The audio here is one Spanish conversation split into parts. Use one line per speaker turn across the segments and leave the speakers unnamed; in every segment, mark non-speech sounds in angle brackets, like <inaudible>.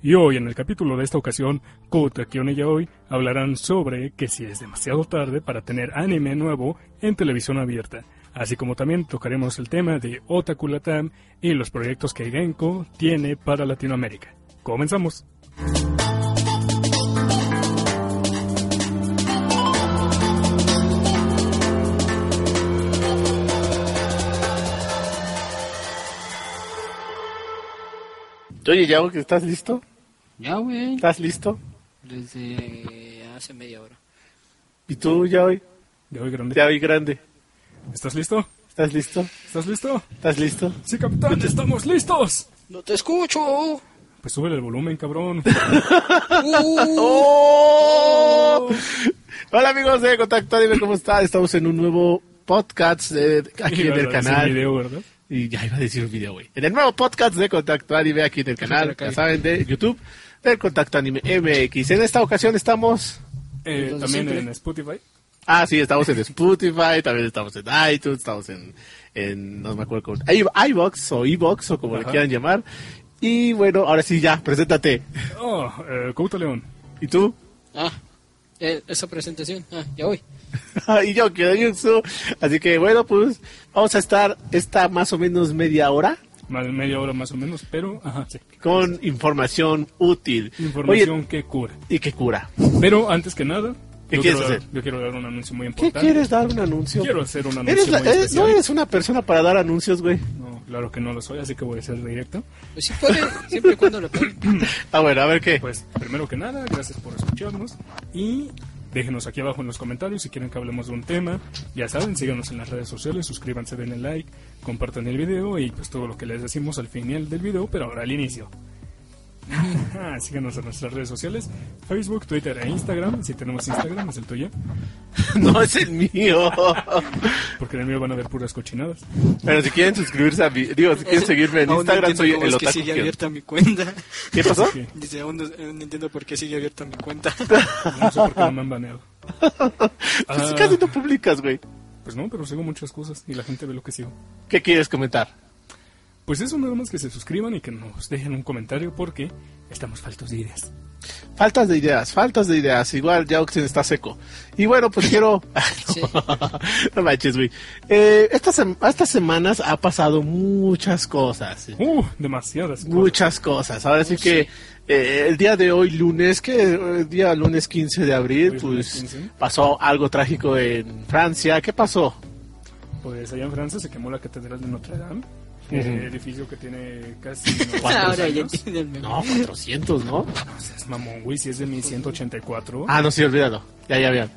Y hoy, en el capítulo de esta ocasión, Kota Kion y hoy hablarán sobre que si es demasiado tarde para tener anime nuevo en televisión abierta, así como también tocaremos el tema de Otaku Latam y los proyectos que Genko tiene para Latinoamérica. ¡Comenzamos!
Oye, Yao, ¿estás listo?
Ya, güey.
¿Estás listo?
Desde hace media hora.
¿Y tú, Yao?
Ya voy grande.
Yao grande.
¿Estás listo?
¿Estás listo?
¿Estás listo?
¿Estás listo?
Sí, capitán, estamos listos.
¡No te escucho!
Pues sube el volumen,
<laughs>
cabrón.
Uh,
¡Oh! Hola amigos de Contacto Anime, ¿cómo están? Estamos en un nuevo podcast eh, aquí en el
Iba a decir
canal.
video, ¿verdad?
Y ya iba a decir un video, güey. En el nuevo podcast de Contacto Anime aquí en el canal,
acá.
ya saben, de YouTube, del Contacto Anime MX. En esta ocasión estamos...
Eh,
Entonces,
también
siempre-
en Spotify.
Ah, sí, estamos en Spotify, también estamos en iTunes, estamos en, en no me acuerdo cómo, i- iVox o iVox o como le
Ajá.
quieran llamar. Y bueno, ahora sí, ya, preséntate.
Oh, eh, Couto León.
¿Y tú? <laughs>
ah, eh, esa presentación. Ah, ya voy.
Ah, y yo, quiero Yuxu. Así que bueno, pues vamos a estar esta más o menos media hora
Más de media hora más o menos, pero ajá, sí.
con información útil.
Información
Oye,
que cura.
¿y qué cura?
Pero antes que nada,
¿Qué
yo,
quieres
quiero,
hacer?
yo quiero dar un anuncio muy
¿Qué
importante.
quieres dar un anuncio?
Quiero hacer un anuncio
Eres la-
muy
eres-
especial.
no eres una persona para dar anuncios, güey.
No, claro que no lo soy, así que voy a ser directo.
Pues sí puede, siempre y cuando le puede.
Ah, bueno, a ver qué.
Pues primero que nada, gracias por escucharnos y déjenos aquí abajo en los comentarios si quieren que hablemos de un tema. Ya saben, síganos en las redes sociales, suscríbanse, denle like, compartan el video y pues todo lo que les decimos al final del video, pero ahora al inicio. <laughs> Ajá, síganos en nuestras redes sociales, Facebook, Twitter e Instagram. Si tenemos Instagram, es el tuyo,
<laughs> No es el <laughs> mío.
porque en el mío van a ver puras cochinadas.
Pero si quieren suscribirse a mi, digo, si quieren seguirme en
Aún no
Instagram,
entiendo
soy
cómo
el
es que
otaku.
sigue
que-
abierta mi cuenta. <laughs>
¿Qué pasó? <laughs>
Sí.
Dice, aún no, aún no entiendo por qué sigue abierta mi
<laughs>
cuenta.
No sé por qué no me han baneado.
Pues
Ah,
casi no publicas, güey.
pues no, pero sigo muchas cosas y la gente ve lo que sigo.
¿Qué quieres comentar?
Pues eso nada más que se suscriban y que nos dejen un comentario porque estamos faltos de ideas.
Faltas de ideas, faltas de ideas. Igual ya Oxen está seco. Y bueno, pues
<laughs>
quiero. <laughs>
Sí.
no manches, güey. Eh, estas, sem- estas semanas ha pasado muchas cosas.
Uh, demasiadas. cosas.
Muchas cosas. Ahora sí que eh, el día de hoy, lunes, que el día lunes 15 de abril,
Hoy es lunes
pues
15.
pasó algo trágico en Francia. ¿Qué pasó?
Pues allá en Francia se quemó la Catedral de Notre Dame, el edificio que tiene casi... 900
Ahora ya
años.
entiende el mejor.
No, 400,
No
¿no?
seas mamón, güey, si es de 1184.
Ah, no, sí, olvídalo. Ya, ya, vean.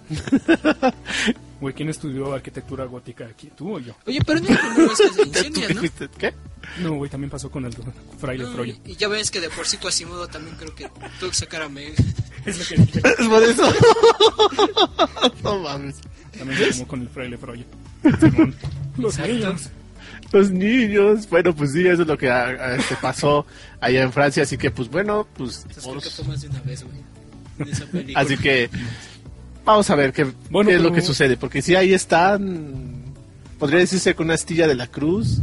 Güey, ¿quién estudió arquitectura gótica aquí? ¿Tú o yo?
Oye, pero no es la primera vez que se incendia, ¿no?
dijiste qué? <laughs>
No, güey, también pasó con el fraile
No,
Troya.
y- y ya ves que de por sí Quasimodo también creo que tuvo que sacar a Meg.
Es lo que dije.
Es por eso. <laughs> no mames.
También se quemó con el fraile Troya. Simón. Los
Exacto.
niños.
Los niños. Bueno, pues sí, eso es lo que ah, ah, este, pasó allá en Francia. Así que, pues bueno, pues.
Entonces creo
vamos.
que fue más de una vez, güey. En esa película.
Así que vamos a ver qué,
Bueno,
qué es lo
pero-
que sucede. Porque si ahí están, podría decirse con una astilla de la cruz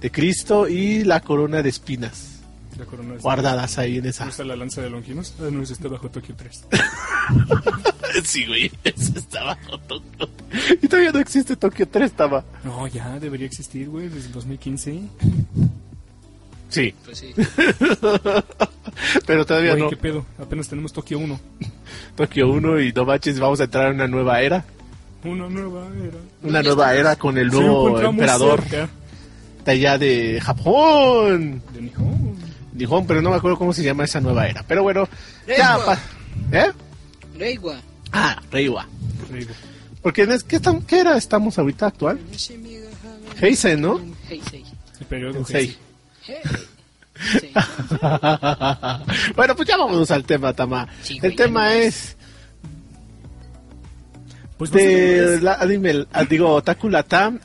de Cristo y la corona de espinas
La corona de-
guardadas ahí en esa.
<laughs> ¿Dónde está la lanza de Longinos? Ah, no, es está bajo Tokio 3.
Sí, güey, eso estaba roto. Y todavía no existe Tokio 3, estaba.
No, ya debería existir, güey, desde el 2015.
Sí,
Pues sí.
pero todavía
Güey,
no.
¿qué pedo? Apenas tenemos Tokio 1.
Tokio 1 y no manches, vamos a entrar en una nueva era.
Una nueva era.
Una nueva
Este,
era con el
Se
nuevo
encuentra muy
emperador
cerca
de allá de Japón.
de Nihon.
Nihon, pero no me acuerdo cómo se llama esa nueva era. Pero bueno, ya
Reiwa.
pa- ¿Eh?
Reiwa.
Ah, Reiwa.
Digo,
Porque en es- ¿qué, tam- qué era estamos ahorita actual? Heisei, ¿no?
Hey, hey.
el periodo
Heisei.
Heisei.
Hey. Sí.
<laughs> bueno, pues ya vámonos al tema, Tama.
Sí, güey,
el
ya
tema
no
es
Pues
de la anime, ah, digo, Otaku Latam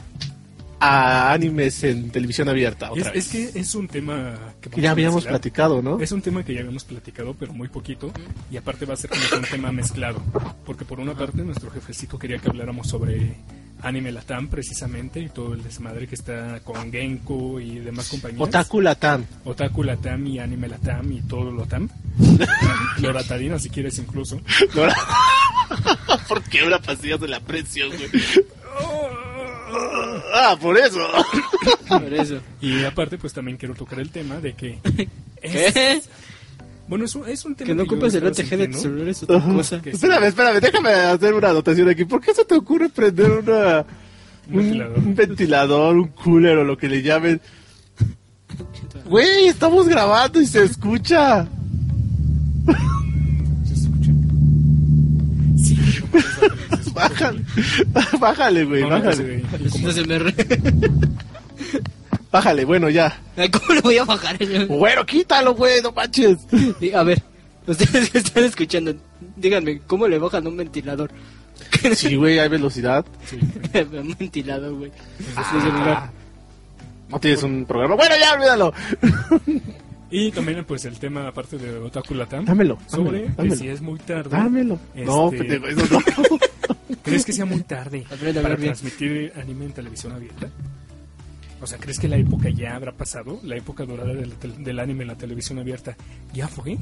a animes en televisión abierta.
es,
Otra vez.
es que es un tema que
Que
vamos
ya
a
habíamos
mezclar.
platicado, ¿no?
Es un tema que ya habíamos platicado, pero muy poquito. Y aparte va a ser como que un tema mezclado. Porque por una parte nuestro jefecito quería que habláramos sobre Anime Latam precisamente y todo el desmadre que está con Genko y demás compañías.
Otaku Latam.
Otaku Latam y Anime Latam y todo Latam. Loratadina, si quieres, incluso.
<laughs> Lora- ¿Por qué una pastillas de la presión, güey? Ah, por eso.
Por eso.
Y aparte, pues también quiero tocar el tema de que. es-
¿Qué?
bueno, es un, es un tema.
Que no
que yo
ocupas el
estaba
OTG de
sintiendo.
tu
<laughs>
celular es otra cosa.
Que-
espérame, espérame, déjame hacer una anotación aquí. ¿Por qué se te ocurre prender una, un,
Ventilador.
un ventilador, un cooler o lo que le llamen? Güey, estamos grabando y se escucha.
¿Se escucha? Sí, no puedes hacer eso.
Bájale, <laughs> bájale, güey,
No, no,
bájale.
pues, eh, como-
No se me re...
<laughs>
Bájale, bueno, ya.
Ay, ¿Cómo lo voy a bajar?
Bueno, quítalo, güey, no manches.
Di- A ver, ustedes <laughs> que están escuchando, díganme, ¿cómo le bajan un ventilador? <laughs>
Sí, güey, hay velocidad.
un ventilador, güey.
Ah,
Desde el celular.
No tienes un programa. Bueno, ya, olvídalo.
Y también, pues, el tema, aparte de Otaku Latam.
Dámelo,
Sobre que
dámelo, dámelo.
si es muy tarde.
Dámelo. No,
Este-
pendejo, eso no. <laughs>
¿Crees que sea muy
<laughs>
tarde
Aprende a
para
hablar bien.
transmitir anime en televisión abierta? O sea, ¿crees que la época ya habrá pasado? La época dorada del, tel- del anime en la televisión abierta. ¿Ya fue?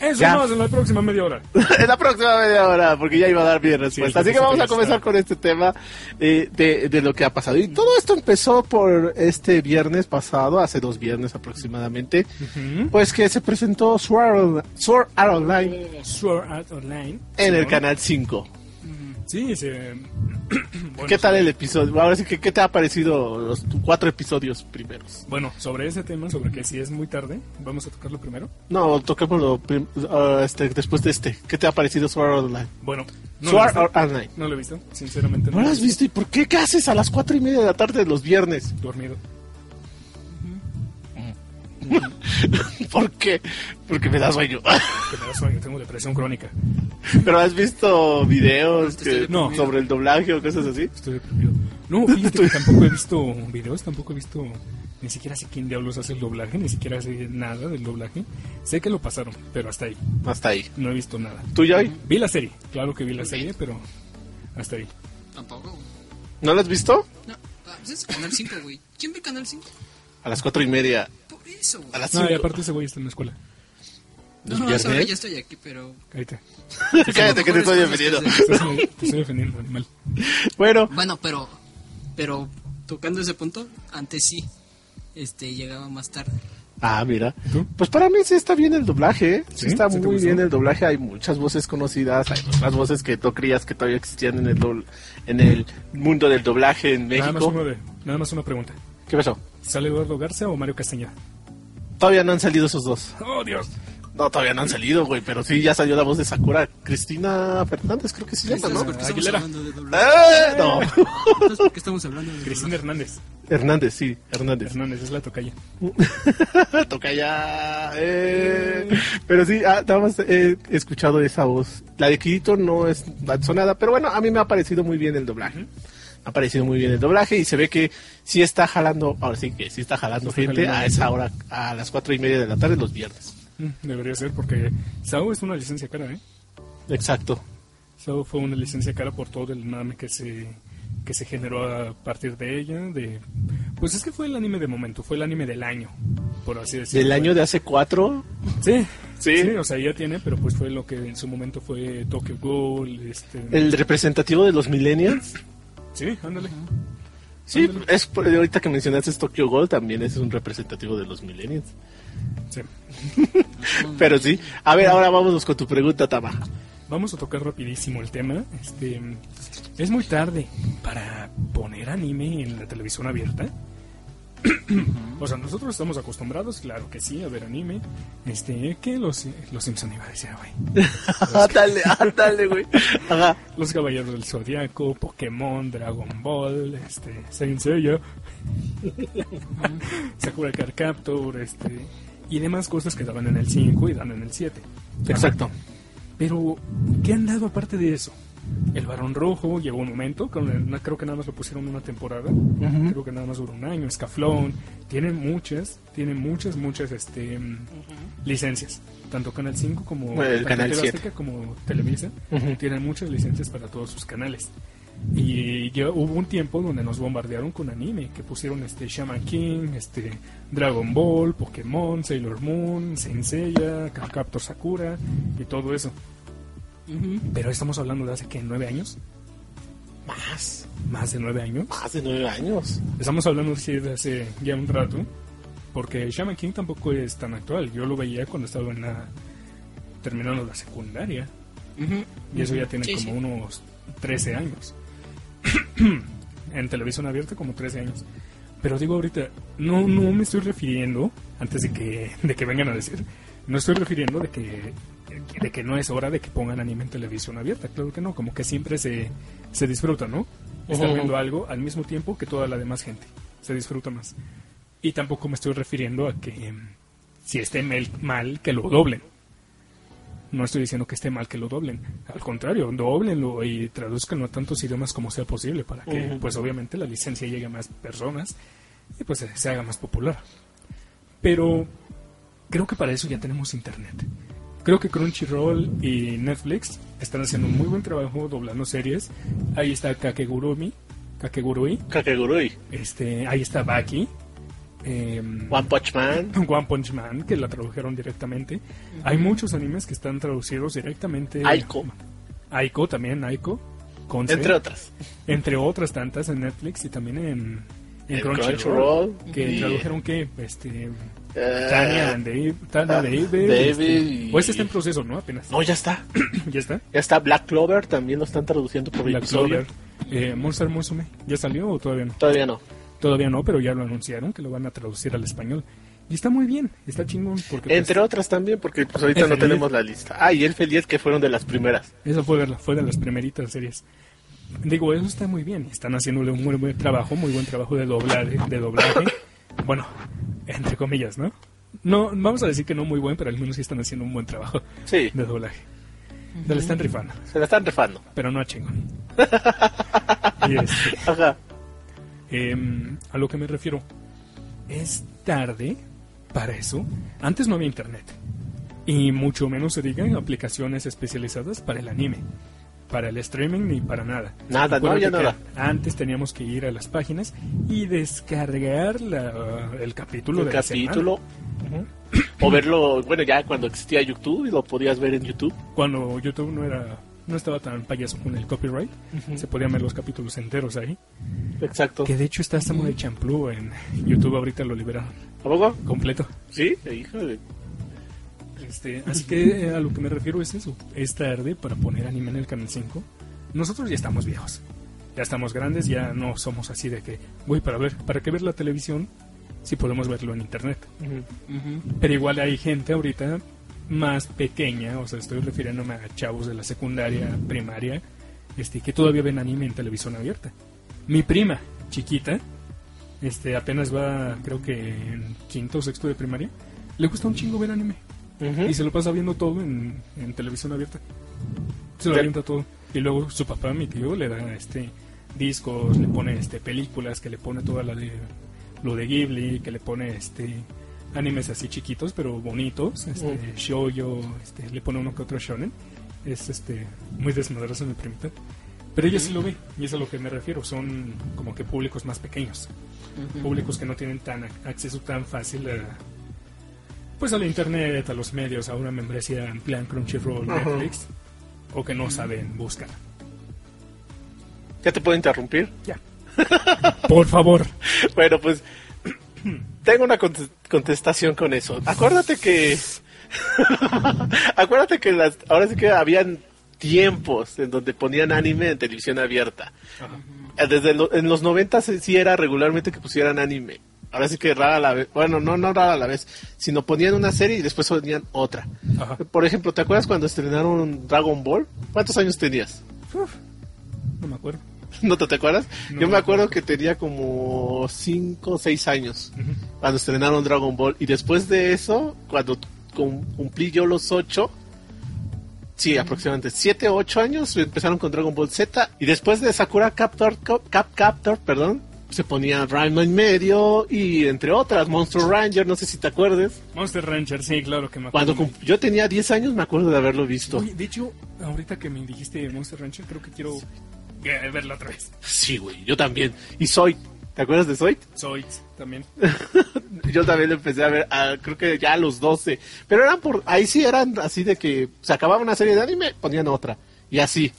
Eso
Ya.
más en la próxima media hora. <laughs>
en la próxima media hora, porque ya iba a dar bien
Sí,
respuesta.
el
Así que
jefe
vamos
ya
a comenzar
está.
con este tema eh, de, de lo que ha pasado. Y todo esto empezó por este viernes pasado, hace dos viernes aproximadamente, pues que se presentó Sword, Sword Art Online
Sword Art Online.
en el
Simón.
canal 5.
Sí, se... bueno,
¿Qué tal el episodio? Ahora sí que, ¿qué te ha parecido los cuatro episodios primeros?
Bueno, sobre ese tema, sobre que si es muy tarde, vamos a tocarlo primero.
No, toquémoslo prim- ah, este, después de este. ¿Qué te ha parecido Sword Art Online?
Bueno, no,
Sword
lo, he
Art
visto,
Online.
no lo he visto, sinceramente.
¿No lo has
he
visto? ¿Y por qué? ¿Qué haces a las cuatro y media de la tarde de los viernes? <laughs>
Dormido.
¿Por qué? Porque me da sueño. <laughs>
Que me da sueño, tengo depresión crónica.
Pero has visto videos que-
No.
sobre el doblaje o cosas así.
Estoy deprimido. No, fíjate que tampoco he visto videos, tampoco he visto. Ni siquiera sé quién diablos hace el doblaje, ni siquiera sé nada del doblaje. Sé que lo pasaron, pero hasta ahí.
Hasta ahí.
No he visto nada.
¿Tú, Joy?
Vi la serie, claro que vi la serie, pero hasta ahí.
Tampoco, güey.
¿No lo has visto?
No, ah, pues es Canal 5, güey. ¿Quién ve Canal 5?
A las cuatro y media.
Por eso,
A
güey.
las
No, y
cinco.
aparte ese güey está en la escuela.
No, no,
¿Viernes?
ahora ya estoy aquí, pero.
Cállate.
<laughs> Cállate que te estoy
Mejores
defendiendo.
cosas
Te estoy, te estoy defendiendo, animal.
Bueno,
Bueno, pero. Pero tocando ese punto, antes sí. Este, llegaba más tarde.
ah, mira.
¿Tú?
Pues para mí sí está bien el doblaje. ¿eh? Sí,
¿Sí?
está
¿Sí te
muy
gustó?
bien el doblaje. Hay muchas voces conocidas. Hay otras voces que tú creías que todavía existían en el, dobl- en el mundo del doblaje en
Nada más,
México.
una, de- nada más una pregunta.
¿Qué pasó?
¿Sale Eduardo Garza o Mario Castañeda?
Todavía no han salido esos dos.
¡Oh, Dios!
No, todavía no han salido, güey. Pero sí, ya salió la voz de Sakura. Cristina Fernández, creo que sí. ya
Entonces,
¿no?
¿por qué estamos
Aguilera. ¿Ah?
hablando de doblaje?
¡Eh! No. <laughs>
Entonces, ¿por qué estamos hablando de doblaje?
Cristina Hernández.
Hernández, sí, Hernández. <laughs>
Hernández, es la tocaya.
Toca ya. eh. Pero sí, ah, nada más he escuchado esa voz. La de Kirito no es tan sonada, pero bueno, a mí me ha parecido muy bien el doblaje. Ha parecido muy bien el doblaje y se ve que sí está jalando, ahora sí que sí está jalando
Está
gente
jalando
a esa hora, a las cuatro y media de la tarde los viernes.
Mm, Debería ser porque Sao es una licencia cara, ¿eh?
Exacto.
Solo fue una licencia cara por todo el mame que se que se generó a partir de ella, de pues es que fue el anime de momento, fue el anime del año, por así decirlo.
Del año de hace cuatro,
sí,
Sí.
sí, o sea, ya tiene, pero pues fue lo que en su momento fue Tokyo Ghoul, este,
el representativo de los millennials.
sí, ándale.
Sí, es por- ahorita que mencionaste Tokyo Gold también es un representativo de los millennials.
Sí.
Pero sí, a ver, ahora vámonos con tu pregunta, Tama.
Vamos a tocar rapidísimo el tema. Este es muy tarde para poner anime en la televisión abierta. o sea, nosotros estamos acostumbrados, claro que sí, a ver anime. Este, que los, los Simpson iba a decir, güey.
<laughs> Ándale, ándale, güey. Ajá.
Los Caballeros del Zodiaco, Pokémon, Dragon Ball, este, Saint Seiya, Sakura Card Captor, este, y demás cosas que daban en el 5 y dan en el 7.
Exacto.
Pero, ¿qué han dado aparte de eso? El Barón Rojo llegó un momento, con el- na- creo que nada más lo pusieron una temporada, creo que nada más duró un año, Escaflón, tienen muchas, tienen muchas, muchas este, mm, licencias, tanto Canal 5 como
Bueno, el
tanto
Canal
TV
7.
Azteca como Televisa,
Ujú.
tienen muchas licencias para todos sus canales. Y ya hubo un tiempo donde nos bombardearon con anime, que pusieron este Shaman King, este Dragon Ball, Pokémon, Sailor Moon, Senseiya, Captor Sakura y todo eso. Pero estamos hablando de hace que nueve años,
Más.
más de nueve años.
Más de nueve años.
Estamos hablando sí, de hace ya un rato, porque Shaman King tampoco es tan actual. Yo lo veía cuando estaba en la terminando la secundaria. Y eso ya tiene
Sí,
como
sí.
unos 13 años. <clears throat> en televisión abierta como 13 años. Pero digo ahorita, no, no me estoy refiriendo, antes de que, de que vengan a decir, no estoy refiriendo de que, de que no es hora de que pongan anime en televisión abierta. Claro que no, como que siempre se, se disfruta, ¿no? Estar
Ujú.
viendo algo al mismo tiempo que toda la demás gente. Se disfruta más. Y tampoco me estoy refiriendo a que em, si esté mel- mal, que lo doblen. No estoy diciendo que esté mal que lo doblen. Al contrario, doblenlo y traduzcanlo a tantos idiomas como sea posible para que,
Ujú.
pues obviamente, la licencia llegue a más personas y pues se- se haga más popular. Pero creo que para eso ya tenemos internet. Creo que Crunchyroll y Netflix están haciendo un muy buen trabajo doblando series. Ahí está Kakegurumi, Kakegurui,
Kakegurui.
este, ahí está Baki. em,
One Punch Man.
One Punch Man, que la tradujeron directamente. Hay muchos animes que están traducidos directamente.
Aiko.
Aiko también, Aiko. con C,
Entre otras.
entre otras tantas en Netflix y también en, en
En
Crunchyroll.
Crunchyroll,
Que
y-
tradujeron que este,
Eh,
Tania and Dave, Tana
ah,
David.
David
este,
y-
O ese está en proceso, ¿no? Apenas. <clears throat>
No, ya está.
Ya está.
Ya está. Black Clover también lo están traduciendo por
Black Clover.
episodio.
Eh, Monster Musume. ¿Ya salió o todavía no?
Todavía no.
Todavía no, pero ya lo anunciaron que lo van a traducir al español. Y está muy bien, está chingón. Porque pues,
Entre otras también, porque pues ahorita
El
no
Feliz.
tenemos la lista. Ah, y el Feliz que fueron de las primeras.
Esa fue, la- fue de las primeritas series. Digo, eso está muy bien. Están haciéndole un muy buen trabajo, muy buen trabajo de doblaje. De doblaje. bueno, entre comillas, ¿no? No, vamos a decir que no muy buen, pero al menos sí están haciendo un buen trabajo
Sí,
de doblaje. Se la están rifando,
se la están refando.
pero no a
<laughs>
chingón. y este,
Ajá.
Em, a lo que me refiero, es tarde para eso. Antes no había internet. Y mucho menos se digan aplicaciones especializadas para el anime, para el streaming ni para nada.
Nada, no, ya
Acuérdate
nada.
que Antes teníamos que ir a las páginas y descargar la- el capítulo
El
de la semana.
capítulo.
Ujú.
O verlo, bueno, ya cuando existía YouTube y lo podías ver en YouTube.
Cuando YouTube no era no estaba tan payaso con el copyright, se podían ver los capítulos enteros ahí.
Exacto.
Que de hecho está Samuel Champloo en YouTube ahorita lo liberaron
¿A poco?
completo.
Sí, híjole.
Este, así que eh, a lo que me refiero es eso. Es tarde para poner anime en el Canal 5. Nosotros ya estamos viejos. Ya estamos grandes, ya no somos así de que, güey, para ver, ¿para qué ver la televisión si podemos verlo en internet? Pero igual hay gente ahorita más pequeña, o sea, estoy refiriéndome a chavos de la secundaria, primaria, este, que todavía ven anime en televisión abierta. Mi prima, chiquita, este, apenas va, creo que en quinto o sexto de primaria, le gusta un chingo ver anime. Y se lo pasa viendo todo en, en televisión abierta. Se lo
Ya.
avienta todo. Y luego su papá, mi tío, le da este discos, le pone este películas, que le pone toda la de lo de Ghibli, que le pone este animes así chiquitos pero bonitos, este
Mm.
shoujo, este le pone uno que otro shonen. Es este muy desmadroso mi primita. Pero ella sí lo ve, y es a lo que me refiero, son como que públicos más pequeños públicos que no tienen tan ac- acceso tan fácil a pues al internet, a los medios, a una membresía en plan Crunchyroll,
Ajá.
Netflix o que no saben buscar.
¿Ya te puedo interrumpir?
Ya. Por favor.
Bueno, pues <clears throat> tengo una cont- contestación con eso. Acuérdate que <laughs> acuérdate que las ahora sí que habían tiempos en donde ponían anime en televisión abierta. Eh, Desde lo- en los 90 sí sí era regularmente que pusieran anime. Ahora sí que rara la vez, bueno, no no rara la vez, sino ponían una serie y después ponían otra.
Ajá.
Por ejemplo, ¿te acuerdas cuando estrenaron Dragon Ball? ¿Cuántos años tenías?
Uf, no me acuerdo.
<laughs> ¿No te, te acuerdas?
No,
Yo
no
me acuerdo que tenía como 5 o 6 años cuando estrenaron Dragon Ball. Y después de eso, cuando cum- cumplí yo los 8, sí, aproximadamente 7 o 8 años, empezaron con Dragon Ball Z. Y después de Sakura Captor, Co- Cap Captor, perdón, se ponía Rhyme en medio y entre otras, Monster Ranger, no sé si te acuerdes.
Monster Rancher, sí, claro que me acuerdo.
Cuando cum- yo tenía 10 años me acuerdo de haberlo visto.
Oye, de hecho, ahorita que me dijiste Monster Rancher, creo que quiero eh, verla otra vez.
Sí, güey, yo también. Y Soy, ¿te acuerdas de Soy?
Soy también.
Yo también lo empecé a ver, a- creo que ya a los 12. Pero eran por. Ahí sí eran así de que se acababa una serie de anime, ponían otra. Y así.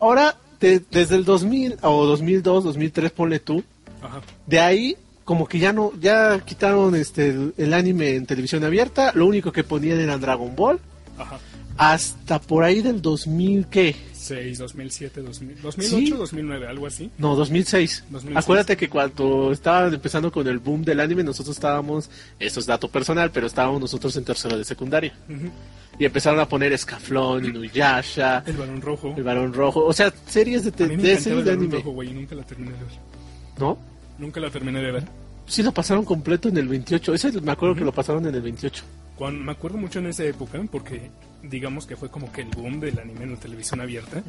Ahora, de- desde el 2000 o 2002, 2003, ponle tú.
Ajá.
De ahí, como que ya no. Ya quitaron este el, el anime en televisión abierta. Lo único que ponían era Dragon Ball.
Ajá.
Hasta por ahí del 2000, ¿qué?
6, 2007, 2000, 2008,
Sí.
2009, algo así.
No, 2006.
2006.
Acuérdate que cuando estaban empezando con el boom del anime, nosotros estábamos, esto es dato personal, pero estábamos nosotros en tercero de secundaria.
Ujú.
Y empezaron a poner Escaflón, Inuyasha,
Mm. El balón rojo.
El Barón Rojo, o sea, series de,
A
te-
mí me
de,
encantaba
series
el
de
balón
anime.
rojo, güey, y nunca la terminé de ver.
¿No?
Nunca la terminé de ver.
Sí, lo pasaron completo en el 28. Ese me acuerdo que lo pasaron en el 28.
Cuando, me acuerdo mucho en esa época porque digamos que fue como que el boom del anime en la televisión abierta.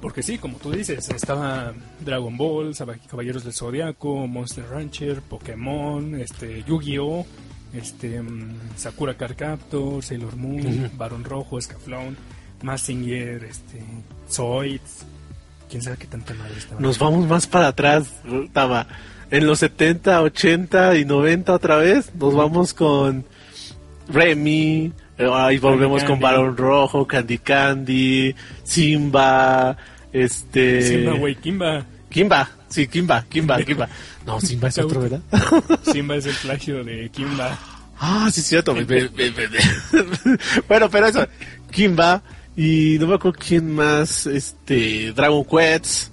Porque sí, como tú dices, estaba Dragon Ball, estaba Caballeros del Zodiaco, Monster Rancher, Pokémon, este Yu-Gi-Oh, este mm, Sakura Card Captor, Sailor Moon, Barón Rojo, Escaflón, Massinger, este Zoids. Quién sabe qué tanta madre estaba.
Nos vamos más para atrás, Taba. En los 70, 80 y 90 otra vez, nos vamos con Remy, eh, ahí volvemos
Candy
con
Candy.
Barón Rojo, Candy Candy, Simba, este...
Simba, güey, Kimba.
Kimba, sí, Kimba, Kimba, Kimba. No, Simba es otro, ¿verdad?
Simba es el plagio de Kimba.
Ah, sí, es cierto. me- me- me- me- me- <laughs> bueno, pero eso, Kimba y no me acuerdo quién más, este, Dragon Quest.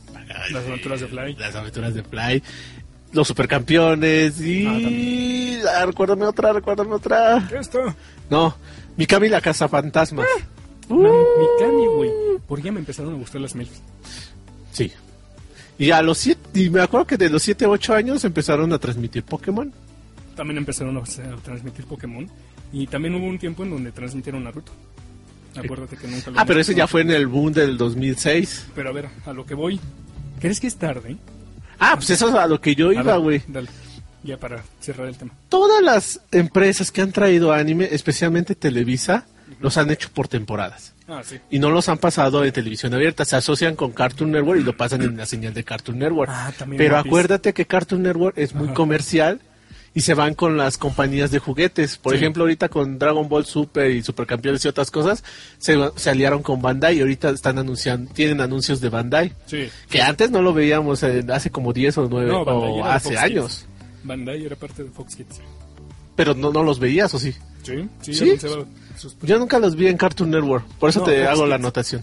Las aventuras de Fly.
Las aventuras de Fly. Los supercampeones
Ah,
y... Ah, recuérdame otra, recuérdame otra.
Esto.
No, Mikami la Uh. Casa Fantasma.
Ah,
Mm.
Mikami, güey. Porque ya me empezaron a gustar las MILF.
Sí. Y a los siete, y me acuerdo que de los 7, 8 años empezaron a transmitir Pokémon.
También empezaron a, a transmitir Pokémon. Y también hubo un tiempo en donde transmitieron Naruto. Acuérdate que nunca lo
Ah, pero
hemos-
ese ya fue en el boom del 2006.
Pero a ver, a lo que voy. ¿Crees que es tarde?
Ah, pues eso es a lo que yo
A
iba,
ver,
güey.
Dale. Ya para cerrar el tema.
todas las empresas que han traído anime, especialmente Televisa, los han hecho por temporadas.
Ah, sí.
Y no los han pasado en televisión abierta. Se asocian con Cartoon Network y lo pasan en la señal de Cartoon Network.
Ah, también
Pero
One Piece.
acuérdate que Cartoon Network es muy
Ajá.
comercial y se van con las compañías de juguetes. Por
Sí.
ejemplo, ahorita con Dragon Ball Super y Supercampeones y otras cosas, se, se aliaron con Bandai y ahorita están anunciando, tienen anuncios de Bandai.
Sí.
Que antes no lo veíamos eh, hace como 10 o 9
No, Bandai
o
era de
hace
Fox Kids.
años.
Bandai era parte de Fox Kids.
Pero no, no los veías, ¿o sí?
Sí, sí,
¿Sí?
anunciaba sus
Yo Pues, nunca los vi en Cartoon Network, por eso
No,
te
Fox
hago la
Kids.
anotación.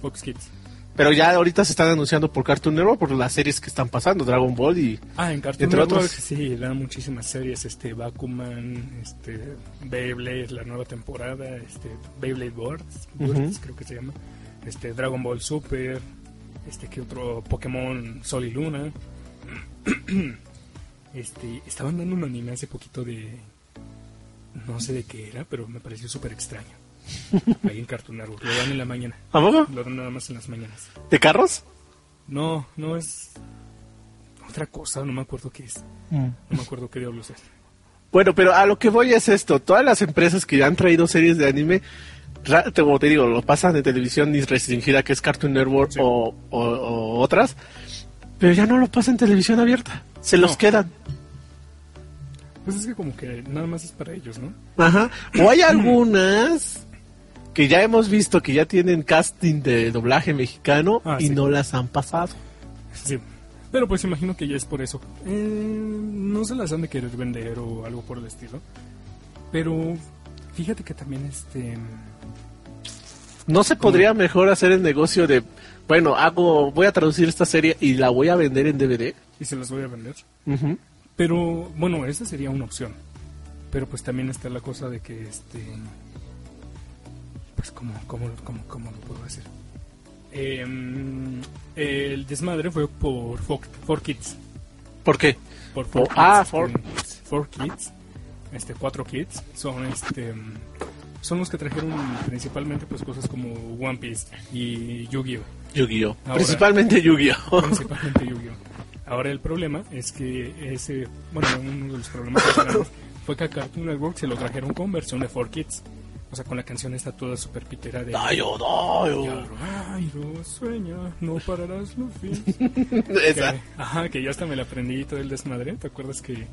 Fox Kids.
Pero ya ahorita se están anunciando por Cartoon Network por las series que están pasando, Dragon Ball y...
Ah, en Cartoon
Entre
Network,
otros.
sí, dan muchísimas series, este, Bakuman, este, Beyblade, la nueva temporada, este, Beyblade Boards, Boards,
Ujú.
creo que se llama, este, Dragon Ball Super, este, que otro Pokémon Sol y Luna, <clears throat> este, estaban dando un anime hace poquito de, no sé de qué era, pero me pareció súper
<laughs>
extraño, ahí en Cartoon Network, lo dan en la mañana,
¿A poco?
lo dan nada más en las mañanas.
¿De carros?
No, no es otra cosa, no me acuerdo qué es. No me acuerdo qué diablos es.
Bueno, pero a lo que voy es esto. Todas las empresas que han traído series de anime, ra- te- como te digo, lo pasan de televisión y restringida, que es Cartoon Network
Sí.
o, o- o otras, pero ya no lo pasan en televisión abierta. Se los
No.
quedan.
Pues es que como que nada más es para ellos, ¿no?
Ajá.
<clears throat>
O hay algunas que ya hemos visto que ya tienen casting de doblaje mexicano
Ah,
y
sí.
no las han pasado.
Sí. Pero pues imagino que ya es por eso. Eh, no se las han de querer vender o algo por el estilo. Pero fíjate que también este...
¿No se podría mejor hacer el negocio de, bueno, hago, voy a traducir esta serie y la voy a vender en DVD?
Y se las voy a vender.
Ujú.
Pero bueno, esa sería una opción. Pero pues también está la cosa de que este. Pues, ¿cómo, cómo, cómo, cómo lo puedo hacer? Em, el desmadre fue por Fox- 4Kids.
¿Por qué?
Por
Oh, ah,
4Kids. 4Kids. Este, 4Kids. Son este. em, Son los que trajeron principalmente pues cosas como One Piece y Yu-Gi-Oh!
Yu-Gi-Oh.
Ahora. <laughs>
Principalmente Yu-Gi-Oh. <laughs>
principalmente Yu-Gi-Oh. Ahora el problema es que ese, bueno, uno de los problemas que tenemos fue que a Cartoon Network se lo trajeron con versión de 4Kids. O sea, con la canción está toda súper pitera de...
Dayo, dayo.
Diablo, Ay, no, sueña, no pararás, Luffy.
<laughs> Esa.
Que- ajá, que yo hasta me la aprendí todo el desmadre. ¿Te acuerdas que,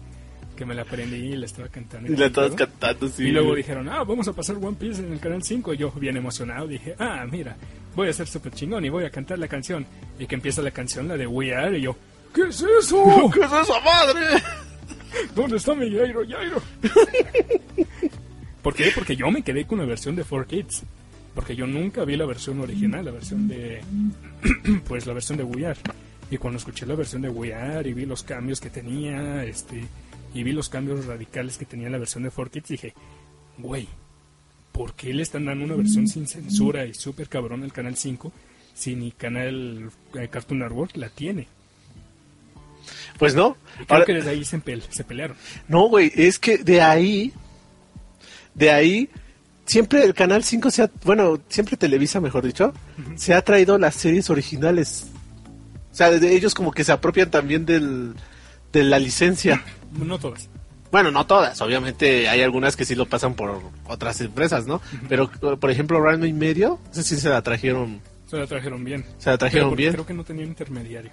que me la aprendí y la estaba cantando?
Y la estabas
todo?
cantando, sí.
Y luego dijeron, ah, vamos a pasar One Piece en el canal 5. Y yo, bien emocionado, dije, ah, mira, voy a ser súper chingón y voy a cantar la canción. Y que empieza la canción, la de We Are, y yo, ¿qué es
<laughs>
eso?
¿Qué es esa madre?
¿Dónde está mi Yairo, Yairo? ¿Por qué? Porque yo me quedé con la versión de 4Kids. Porque yo nunca vi la versión original, la versión de. <clears throat> pues la versión de We Are. Y cuando escuché la versión de We Are y vi los cambios que tenía, este. Y vi los cambios radicales que tenía la versión de 4Kids, dije, güey, ¿por qué le están dando una versión sin censura y súper cabrón al Canal 5 si ni Canal eh, Cartoon Network la tiene?
Pues no.
Y creo
Ahora-
que desde ahí se, empe- se pelearon.
No, güey, es que de ahí, de ahí, siempre el Canal 5 se ha, bueno, siempre Televisa, mejor dicho, se ha traído las series originales. O sea, de ellos como que se apropian también del, de la licencia.
No todas.
Bueno, no todas, obviamente hay algunas que sí lo pasan por otras empresas, ¿no? Pero, por ejemplo, Ranma y Medio, ese sí se la trajeron,
Se la trajeron bien.
se
Pero
la trajeron
porque
bien.
Creo que no tenían intermediario.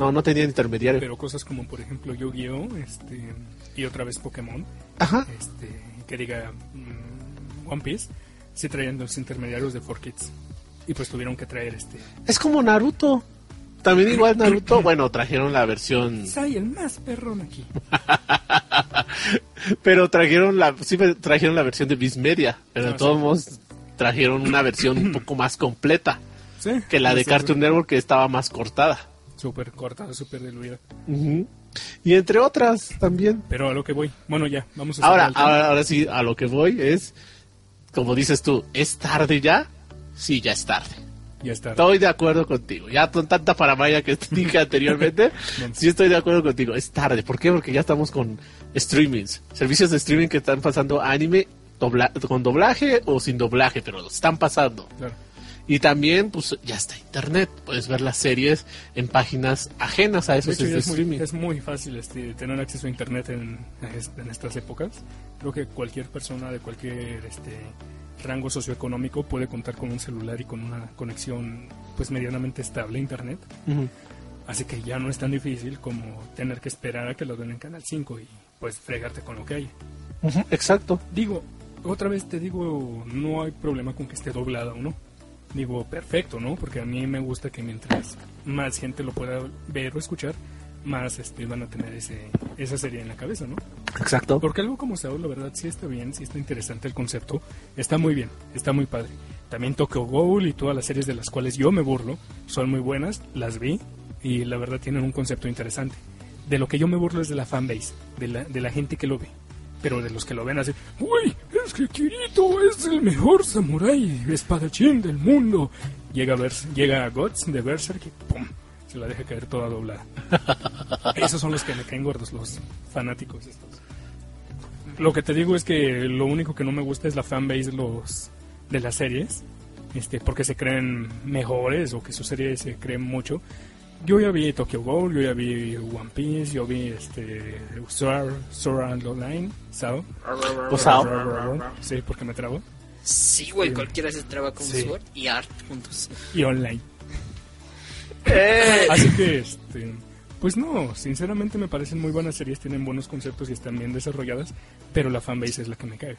No, no tenían intermediario.
Pero cosas como, por ejemplo, Yu-Gi-Oh! Este, y otra vez Pokémon,
Ajá.
este, que diga mm, One Piece, sí traían los intermediarios de 4Kids. Y pues tuvieron que traer este.
Es como Naruto. También
<clears throat>
igual Naruto, bueno, trajeron la versión...
Soy el más perrón aquí.
Pero trajeron la, sí me trajeron la versión de Viz Media, pero
Ah,
de todos modos trajeron una versión un poco más completa
Sí,
que la de
sí,
Cartoon
sí.
Network que estaba más cortada.
Súper corta, súper diluida.
Ujú. Y entre otras también. Este,
Pero a lo que voy. Bueno, ya, vamos a cerrar
Ahora,
el tema.
ahora, ahora sí, a lo que voy es, como dices tú, ¿es tarde ya? Sí, ya es tarde.
Ya está.
Estoy de acuerdo contigo. Ya con tanta paramaya que te
<laughs>
dije anteriormente, sí estoy de acuerdo contigo. Es tarde. ¿Por qué? Porque ya estamos con streamings. Servicios de streaming que están pasando anime dobla- con doblaje o sin doblaje, pero lo están pasando.
Claro.
Y también, pues ya está internet. Puedes ver las series en páginas ajenas a
De
esos
hecho, ya
de
es, muy,
streaming.
es muy fácil este, tener acceso a internet en, en estas épocas. Creo que cualquier persona de cualquier este, rango socioeconómico puede contar con un celular y con una conexión pues medianamente estable a internet.
Ujú.
Así que ya no es tan difícil como tener que esperar a que lo den en Canal 5 y pues fregarte con lo que hay.
Ujú, Exacto.
Digo, otra vez te digo, no hay problema con que esté doblada o no. Digo, perfecto, ¿no? Porque a mí me gusta que mientras más gente lo pueda ver o escuchar, más este, van a tener ese, esa serie en la cabeza, ¿no?
Exacto.
Porque algo como Sao, la verdad, sí está bien, sí está interesante el concepto. Está muy bien, está muy padre. También Tokyo Ghoul y todas las series de las cuales yo me burlo son muy buenas, las vi y la verdad tienen un concepto interesante. De lo que yo me burlo es de la fanbase, de la, de la gente que lo ve. Pero de los que lo ven así, ¡Uy! Es que Kirito es el mejor samurái espadachín del mundo. Llega a, ver, llega a Guts de Berserk y ¡pum! Se la deja caer toda doblada. Esos son los que me caen gordos, los fanáticos estos. Lo que te digo es que lo único que no me gusta es la fanbase de los, de las series, este, porque se creen mejores o que sus series se creen mucho. Yo ya vi Tokyo Ghoul, yo ya vi One Piece, yo vi este, Sword, Sword Art Online, ¿sabes?
O Sao.
Pues Sí, porque me trabo.
Sí, güey, cualquiera se traba con
Sí.
Sword y Art juntos.
Y online.
Eh.
Así que, este, pues no, sinceramente me parecen muy buenas series, tienen buenos conceptos y están bien desarrolladas, pero la fanbase es la que me cae.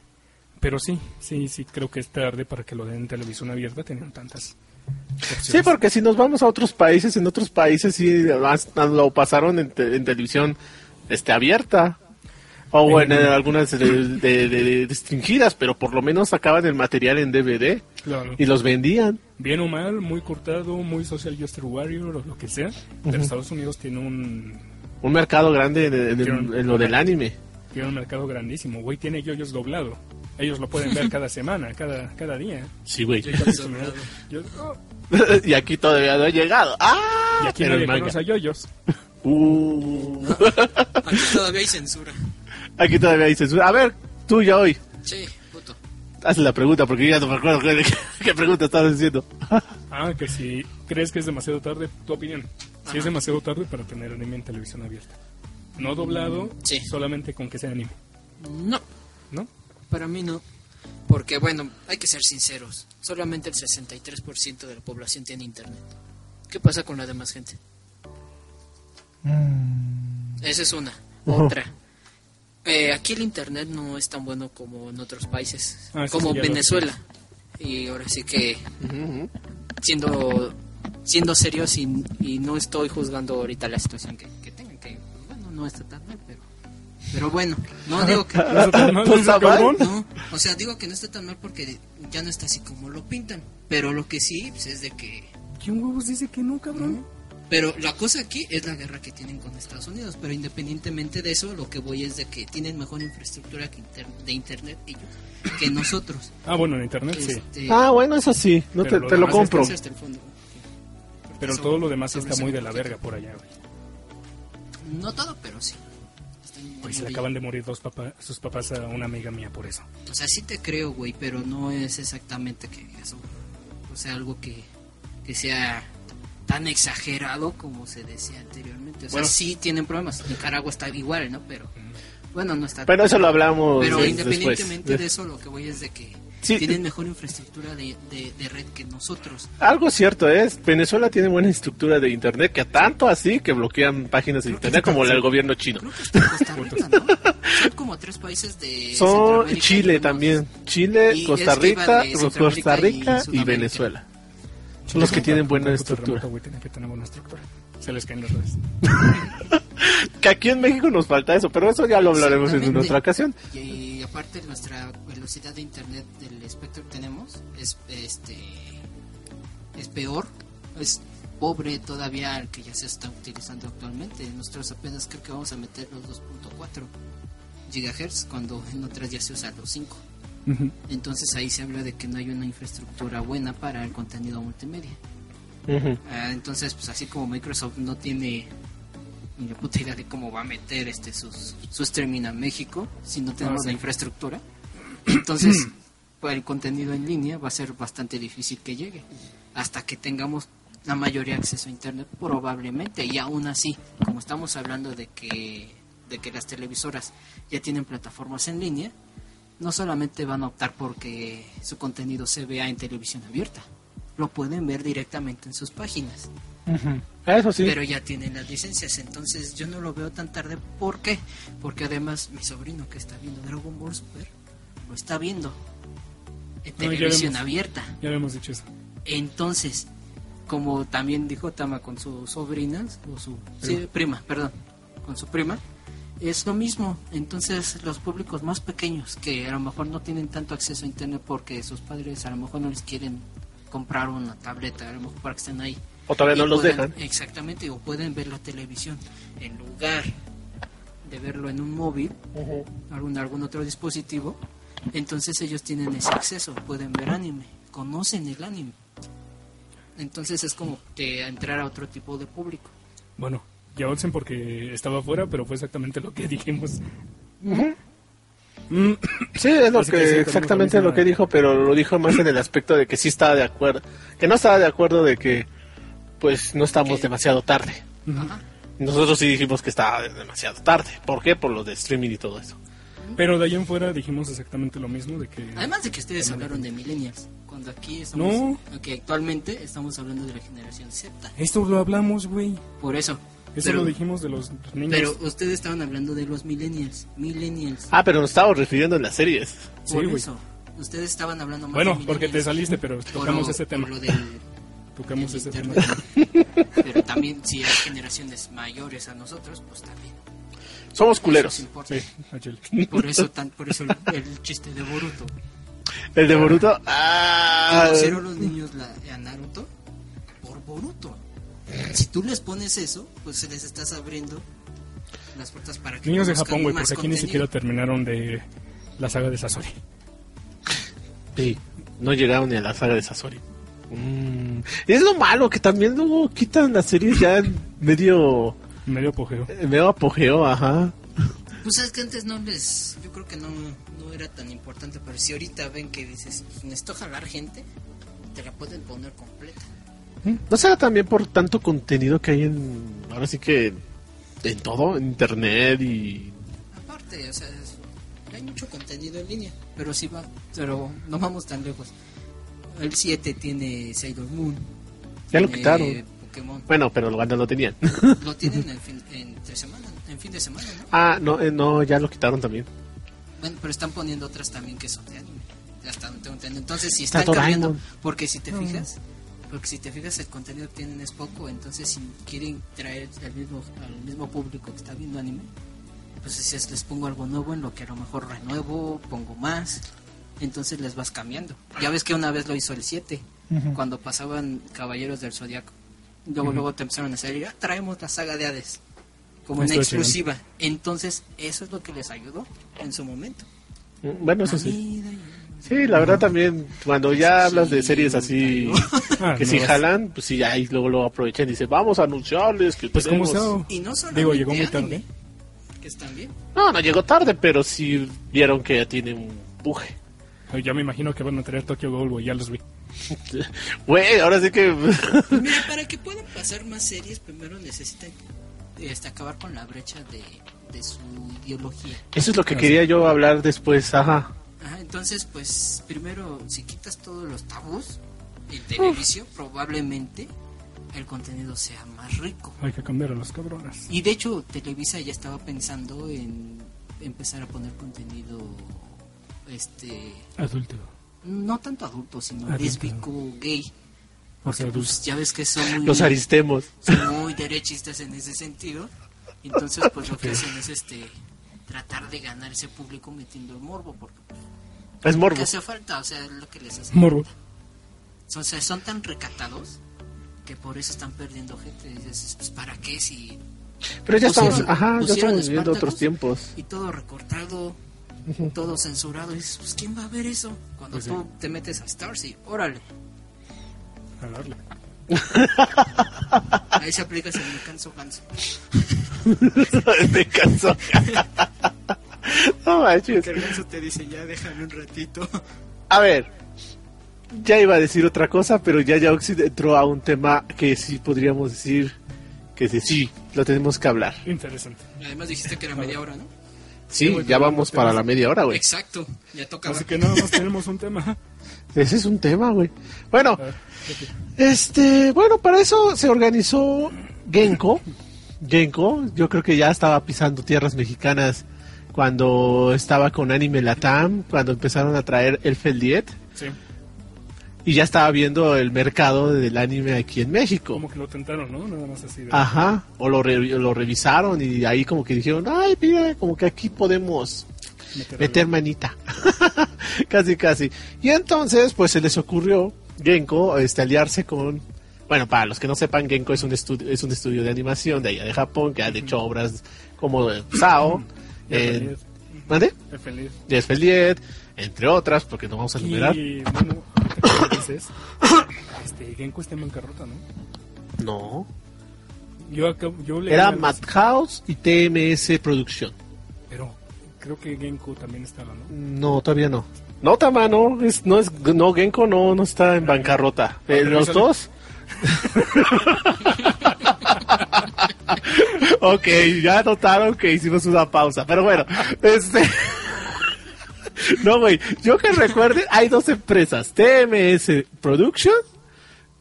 Pero sí, sí, sí, creo que es tarde para que lo den en televisión abierta, tenían tantas. opciones.
Sí, porque si nos vamos a otros países, en otros países sí además, lo pasaron en, te- en televisión este, abierta. O bueno, en eh, algunas de, de- de- restringidas, pero por lo menos sacaban el material en DVD
Claro.
y los vendían.
Bien o mal, muy cortado, muy social justice warrior o lo que sea, pero Estados Unidos tiene un,
Un mercado grande en, en- en- en lo del anime.
tiene un mercado grandísimo, güey, tiene yoyos doblado. Ellos lo pueden
<laughs>
ver cada semana, cada, cada día.
Sí, güey.
Yo ya soy bravo.
Yo- oh,
<laughs> y aquí todavía no he llegado. ¡Ah!
y aquí
Pero
nadie
el manga.
conoce a yoyos.
Uh. <laughs>
Aquí todavía hay censura.
aquí todavía dices, a ver, tú ya hoy,
Sí, puto.
hazle la pregunta, porque yo ya no me acuerdo qué, <laughs> qué pregunta estabas haciendo.
Ah, que si crees que es demasiado tarde, tu opinión. Si es demasiado tarde para tener anime en televisión abierta. No doblado,
sí.
solamente con que sea anime,
No,
¿no?
para mí no. Porque bueno, hay que ser sinceros, solamente el 63% de la población tiene internet. ¿Qué pasa con la demás gente?
Mm.
Esa es una.
Ujú.
Otra. Eh, aquí el internet no es tan bueno como en otros países,
Ah, sí,
como
sí, ya lo
Venezuela. Y ahora sí que siendo siendo serios y, y no estoy juzgando ahorita la situación que, que tengan, que bueno, no está tan mal, pero, pero bueno, no digo que...
Ah, No está tan mal,
<laughs> Pues,
¿no está
¿sabes?
cabrón?
No, o sea, digo que no está tan mal porque ya no está así como lo pintan, pero lo que sí pues, es de que...
¿Quién huevos dice que no, cabrón?
Pero la cosa aquí es la guerra que tienen con Estados Unidos, pero independientemente de eso, lo que voy es de que tienen mejor infraestructura que inter- de Internet ellos que nosotros.
Ah, bueno, en internet sí.
Este,
Ah, bueno, eso sí, no
Pero
te,
lo
te lo
demás es
compro.
hasta el fondo. Porque
Pero
sobre-
todo lo demás
sobre
está
ese
muy de la
poquito.
verga por allá, güey.
No todo, pero sí. Están muy
Pues se le
movidos.
acaban de morir dos papás, sus papás a una amiga mía por eso.
O sea, sí te creo, güey, pero no es exactamente que eso. O sea, algo que, que sea tan exagerado como se decía anteriormente. O sea,
Bueno.
sí tienen problemas. Nicaragua está igual, ¿no? Pero bueno, no está.
Bueno, eso lo hablamos
Pero
eh,
independientemente
después.
de eso, lo que voy es de que
Sí.
tienen mejor infraestructura de, de- de red que nosotros.
Algo cierto es, Venezuela tiene buena estructura de internet, que tanto así que bloquean páginas de internet como la del gobierno chino.
Creo que hasta Costa Rica, ¿no? Son como tres países de.
Son
Centroamérica y
Chile
unos-
también, Chile,
Y
Costa
es que iba
Rica,
de
Costa
Centroamérica y
Rica y,
Sudamérica.
Venezuela. Son los que tienen buena estructura.
Güey, tienen que tener buena estructura. Se les caen las redes.
Que aquí en México nos falta eso, pero eso ya lo hablaremos en
Exactamente.
otra ocasión.
Y aparte, nuestra velocidad de internet del espectro que tenemos es, este, es peor, es pobre todavía al que ya se está utilizando actualmente. Nosotros apenas creo que vamos a meter los 2.4 gigahertz cuando en otras ya se usan los 5. Entonces ahí se habla de que no hay una infraestructura buena para el contenido multimedia.
Ujú.
Ah, entonces, pues así como Microsoft no tiene ni la puta idea de cómo va a meter este su, su streaming a México si no tenemos
Ah, sí.
la infraestructura, <clears throat> entonces <clears throat> pues, el contenido en línea va a ser bastante difícil que llegue hasta que tengamos la mayoría acceso a internet probablemente y aún así como estamos hablando de que de que las televisoras ya tienen plataformas en línea no solamente van a optar porque su contenido se vea en televisión abierta lo pueden ver directamente en sus páginas
Ah,
Eso sí.
pero ya tienen las licencias, entonces yo no lo veo tan tarde. ¿Por qué? Porque además mi sobrino que está viendo Dragon Ball Super lo está viendo
No, ya
en televisión
vemos.
abierta.
Ya habíamos dicho eso.
Entonces, como también dijo Tama con su sobrina, o su sí, prima, perdón, con su prima, es lo mismo. Entonces, los públicos más pequeños que a lo mejor no tienen tanto acceso a internet porque sus padres a lo mejor no les quieren comprar una tableta, a lo mejor para que estén ahí.
O todavía no
Y
los
pueden-
dejan.
Exactamente, o pueden ver la televisión en lugar de verlo en un móvil,
Ujú.
algún, algún otro dispositivo. Entonces ellos tienen ese acceso, pueden ver anime, conocen el anime. Entonces es como que entrar a otro tipo de público.
Bueno, ya olsen porque estaba afuera, pero fue exactamente lo que <laughs> dijimos. Mm,
Sí, es lo
Así que sí, tenemos
que
la
exactamente
misma-
lo que dijo, pero lo dijo más en el aspecto de que sí estaba de acuerdo, que no estaba de acuerdo de que pues no estamos
Que-
demasiado tarde.
Ajá.
Nosotros sí dijimos que estaba demasiado tarde. ¿Por qué? Por lo de streaming y todo eso.
Pero de ahí en fuera dijimos exactamente lo mismo de que...
Además de que ustedes hablaron de millennials, cuando aquí estamos,
No.
que actualmente estamos hablando de la generación Z,
Esto lo hablamos, güey.
por eso.
Eso
pero,
lo dijimos de los niños.
pero ustedes estaban hablando de los millennials, millennials.
Ah, pero nos estábamos refiriendo en las series.
Sí,
por
güey.
eso. Ustedes estaban hablando más
Bueno,
de
porque te
millennials.
saliste, pero tocamos ese tema.
por lo del-
Tocamos
del
ese tema.
internet. Pero también si hay generaciones mayores a nosotros, pues también.
Somos
Eso sí
culeros.
importa.
Sí, a Chile.
Por eso tan, por eso el, el chiste de Boruto.
El de Boruto. Ah,
Conocieron los niños la- a Naruto por Boruto. Si tú les pones eso, pues se les estás abriendo las puertas para que
Niños de
conozcan
Japón, güey,
más
porque aquí ni
contenido.
siquiera terminaron de la saga de Sasori.
sí. No llegaron ni a la saga de Sasori. Mm. Es lo malo que también luego quitan las series ya en medio,
Medio apogeo.
medio apogeo, ajá.
Pues es que antes no les, yo creo que no, no era tan importante, pero si ahorita ven que dices, "Pues, necesito jalar gente, te la pueden poner completa.
¿No será también por tanto contenido que hay en. Ahora sí que. En todo, en internet y.
Aparte, o sea, es- Hay mucho contenido en línea, pero sí va, pero no vamos tan lejos. El 7 tiene Sailor Moon.
Ya lo
tiene
quitaron.
Pokémon.
Bueno, pero cuando lo tenían. <laughs>
Lo tienen en fin, entre semana, en fin de semana, ¿no?
ah, no, eh, no, ya lo quitaron también.
Bueno, pero están poniendo otras también que son de anime. Ya está, no tengo entendido. Entonces, si
Está
están
Doraemon.
cambiando, porque si te fijas, porque si te fijas el contenido que tienen es poco, entonces si quieren traer al mismo al mismo público que está viendo anime, pues si es- les pongo algo nuevo en lo que a lo mejor renuevo, pongo más, entonces les vas cambiando. Ya ves que una vez lo hizo el 7, cuando pasaban Caballeros del Zodiaco. Luego luego te empezaron a salir, "Ah, traemos la saga de Hades como una
Estoy chingando.
exclusiva. Entonces, eso es lo que les ayudó en su momento.
Mm, Bueno,
Pues
eso
Ah,
sí.
Mira,
Sí, la verdad también, cuando ya hablas de
Sí,
series así
<laughs> Ah,
que
no,
si jalan, pues sí, ahí luego lo aprovechan y dicen, vamos a anunciarles que
Pues como
tenemos...
sea,
Y no solo
digo, llegó muy tarde.
Que están bien.
No, no llegó tarde, pero sí vieron que ya tiene un empuje.
Ya me imagino que van a traer Tokyo Ghoul, güey, ya los vi.
Güey, ahora sí que... <laughs>
Pues <laughs> mira, para que puedan pasar más series, primero necesitan este, acabar con la brecha de, de su ideología.
Eso es
Ah,
lo que quería yo hablar después, ajá.
Ajá, entonces, pues primero, si quitas todos los tabús, el televisio, probablemente el contenido sea más rico.
Hay que cambiar a los cabrones.
Y de hecho, Televisa ya estaba pensando en empezar a poner contenido, este,
Adulto.
no tanto adulto, sino
Adulto.
lésbico, gay.
O sea, adulto.
Pues ya ves que son muy,
Los aristemos.
son muy derechistas en ese sentido. Entonces, pues lo que hacen es este tratar de ganar ese público metiendo el morbo, porque
Es
que
morbo.
hace falta, o sea, es lo que les hace.
Morbo.
O sea, son tan recatados que por eso están perdiendo gente. Y dices, pues, ¿para qué si
Pero ya
Pusieron-
estamos, ajá, ya
pusieron
estamos viviendo
Spartacus.
otros tiempos.
y todo recortado, todo censurado. Y dices, pues, ¿quién va a ver eso? Cuando
Pues sí.
tú te metes a Stars y órale,
A darle.
ahí se aplicas el me canso ganso.
<laughs> Me cansó. no manches.
El ganso te dice, ya déjame un <laughs> ratito.
A ver, ya iba a decir otra cosa, pero ya Yaoxid entró a un tema que sí podríamos decir que sí, sí, lo tenemos que hablar.
Interesante.
Además dijiste que era media hora, ¿no?
Sí,
güey,
ya
pero
vamos
no
para
tenemos-
la media hora, güey.
Exacto, ya toca.
Así que nada más tenemos un tema.
Ese es un tema, güey. Bueno,
Ah,
Este, bueno, para eso se organizó Genko. Genko, yo creo que ya estaba pisando tierras mexicanas cuando estaba con Anime Latam, cuando empezaron a traer el Feldiet
Sí,
y ya estaba viendo el mercado del anime aquí en México.
como que lo tentaron, ¿no? Nada más así. De...
Ajá, o lo, re- lo revisaron y ahí como que dijeron, ay, mira, como que aquí podemos
meter
meter
algo.
manita. <laughs> casi, casi. Y entonces, pues se les ocurrió Genko este, aliarse con. Bueno, para los que no sepan, Genko es un, estudio, es un estudio de animación de allá de Japón que ha hecho obras como eh, Sao,
Y el
eh,
Feliz.
¿mande?
El Feliz.
Desfeliet, entre otras, porque no vamos a enumerar.
Y bueno, ahorita que lo dices, <coughs> este, Genko está en bancarrota, ¿no?
No.
Yo, acabo- yo leí
Era
algo así,
Madhouse y TMS Producción.
Pero creo que Genko también estaba, ¿no?
No, todavía no. No, Tama, no, es, no, es, no, Genko no, no está en bancarrota. Eh, los
revísalo.
dos. <laughs> ok, ya notaron que hicimos una pausa, pero bueno, este... No, güey, yo que recuerde, hay dos empresas, TMS Production,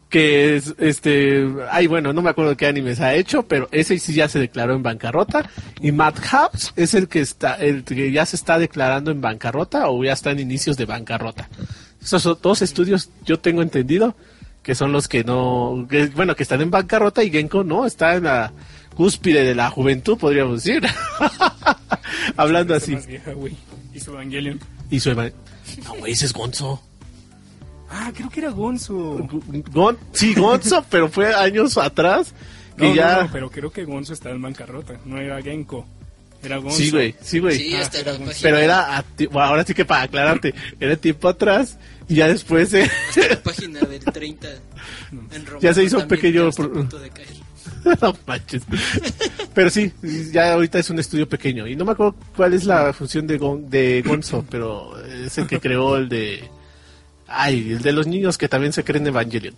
que es, este, ay, bueno, no me acuerdo qué animes ha hecho, pero ese sí ya se declaró en bancarrota, y Madhouse es el que está, el que ya se está declarando en bancarrota o ya está en inicios de bancarrota. Esos son dos estudios, yo tengo entendido, que son los que no, que- bueno, que están en bancarrota y Genko no, está en la cúspide de la juventud, podríamos decir. <laughs> Hablando
Esa
así.
más vieja, güey. Hizo Evangelion.
Y su hermano. No, güey, ese es Gonzo.
Ah, creo que era Gonzo.
Gon- sí, Gonzo, <laughs> pero fue años atrás. Que
No, no,
ya.
no, pero creo que Gonzo está en bancarrota. No era Genko. Era Gonzo.
sí, güey, sí, güey.
Sí,
Ah,
hasta
era
la
un-
página,
Pero era. a ti- bueno, ahora sí que para aclararte, era tiempo atrás. Y ya después. eh,
la página del 30 en Roma.
Ya se hizo un
también
pequeño
ya está a
pro-
punto de caer.
<laughs> no manches. Pero sí, ya ahorita es un estudio pequeño. Y no me acuerdo cuál es la función de, Gon- de Gonzo, pero es el que creó el de. Ay, el de los niños que también se creen Evangelion.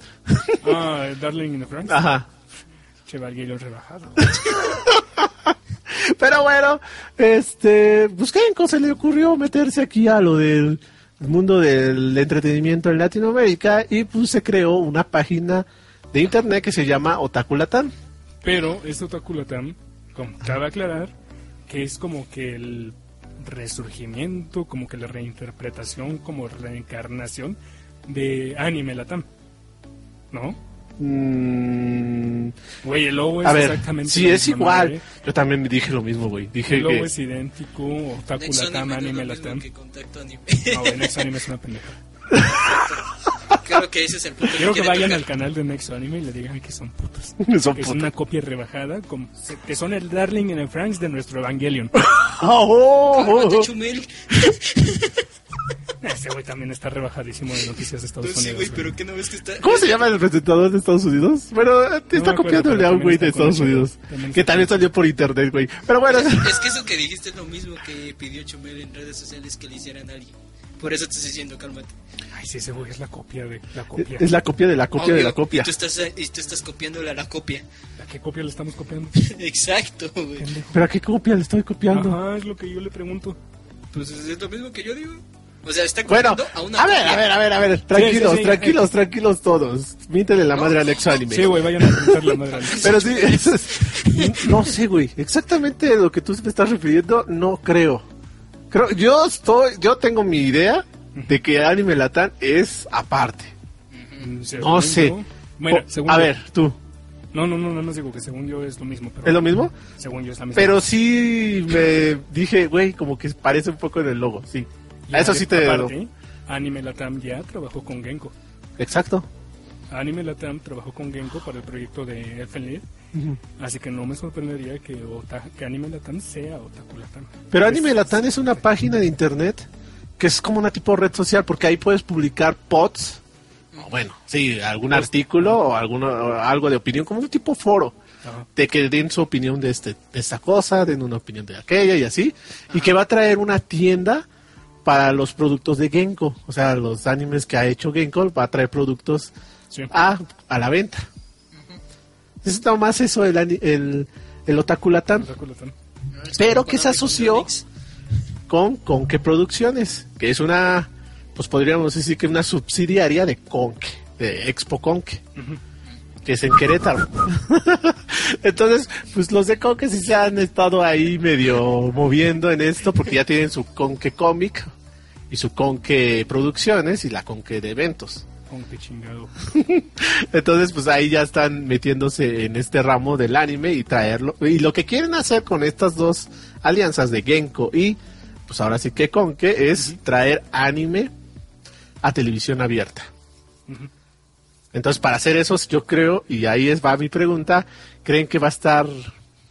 Ah, Darling in the Franxx.
Ajá.
Che, Evangelion rebajado.
Pero bueno, este, pues ¿cómo se le ocurrió meterse aquí a lo del mundo del entretenimiento en Latinoamérica y pues se creó una página de internet que se llama Otakulatán.
Pero este Otakulatán, como cabe aclarar, que es como que el resurgimiento, como que la reinterpretación, como reencarnación de anime Latam. ¿No?
Mm,
Güey, el logo es
a ver,
Pues exactamente
si
la
es
misma
igual,
madre.
yo también dije lo mismo, güey. Dije
El logo
que <laughs>
es idéntico, Otaku
Nexon
Latam,
Anime no es
Anime
lo mismo
Latam.
que Contacto Anime. <laughs>
No, güey, Nexo Anime es una pendeja.
Creo que ese es el punto
Quiero que
quiere
vayan
tocar.
al canal de Nexo Anime y le digan que son putos.
son
Que es
putas. <laughs>
una copia rebajada, como- que son el Darling en el Franks de nuestro
<laughs>
Evangelion. <laughs>
¡Oh!
Cálmate, Chumel.
Ese güey también está rebajadísimo de noticias de Estados
No sé,
Unidos.
güey,
güey.
pero que no ves que <laughs> está.
¿Cómo se llama el presentador de Estados Unidos? Bueno, te está
me acuerdo,
copiando
pero
a un
también
güey
está
de Estados
conocido.
Unidos.
También
Que
está
también salió por internet, güey.
<laughs>
Pero bueno,
Es que eso que dijiste es lo mismo que pidió Chumel en redes sociales que le hicieran a alguien. Por eso te estoy diciendo, cálmate.
Ay, sí, ese güey es la copia de la copia.
es la copia de la copia de
Obvio,
la copia.
Y tú estás, y tú estás copiándole a la copia. <laughs>
¿A qué copia le estamos copiando?
Exacto, güey.
Pendejo.
¿Pero a qué copia le estoy copiando?
Ajá, es lo que yo le pregunto.
Pues es lo mismo que yo digo. O sea, está
Bueno,
copiando a una
a ver,
copia.
a ver, a ver, a ver. Tranquilos,
sí, sí,
tranquilos, tranquilos todos. Míntele la madre al ex anime.
Sí, güey, vayan a preguntar la madre. al-
Pero sí, <laughs> eso es- no sé, güey. Exactamente lo que tú me estás refiriendo, no creo. Creo, yo estoy, yo tengo mi idea de que Anime Latam es aparte.
Mm, Según
sé.
yo- Bueno,
O-
según
a
yo-
ver, tú,
No, no, no, no, no digo que según yo es lo mismo. Pero
¿es lo mismo?
Según yo es la misma.
Pero sí me dije, güey, como que parece un poco en el logo, sí.
Y
A eso sí te
aparte, Anime Latam ya trabajó con Genko.
Exacto.
Anime Latam trabajó con Genko para el proyecto de FLE. Así que no me sorprendería que, Ota- que Anime Latam sea Otaku Latam.
Pero
Es-
Anime Latam es una página de internet que es como una tipo red social porque ahí puedes publicar pods. Pues, o Bueno, sí, algún artículo o, alguno, o algo de opinión, como un tipo foro.
Ajá.
De que den su opinión de, este, de esta cosa, den una opinión de aquella y así. Y que va a traer una tienda para los productos de Genko. O sea, los animes que ha hecho Genko va a traer productos
Sí.
a, a la venta. Necesita más eso el, ani- el, el Otaku Latam.
Otaku Latam.
No, es
Pero
como
que se
Konami con
asoció-
Yonix.
con Conque Producciones, que es una, pues podríamos decir que una subsidiaria de Conque, de Expo Conque, que es en Querétaro. <laughs> Entonces, pues los de Conque sí se han estado ahí medio moviendo en esto, porque ya tienen su Conque Comic y su Conque Producciones y la Conque de Eventos.
Con qué chingado.
Entonces, pues ahí ya están metiéndose en este ramo del anime y traerlo. Y lo que quieren hacer con estas dos alianzas de Genko y, pues ahora sí que Conke, es traer anime a televisión abierta.
Ujú.
Entonces, para hacer eso, yo creo, y ahí es va mi pregunta, ¿creen que va a estar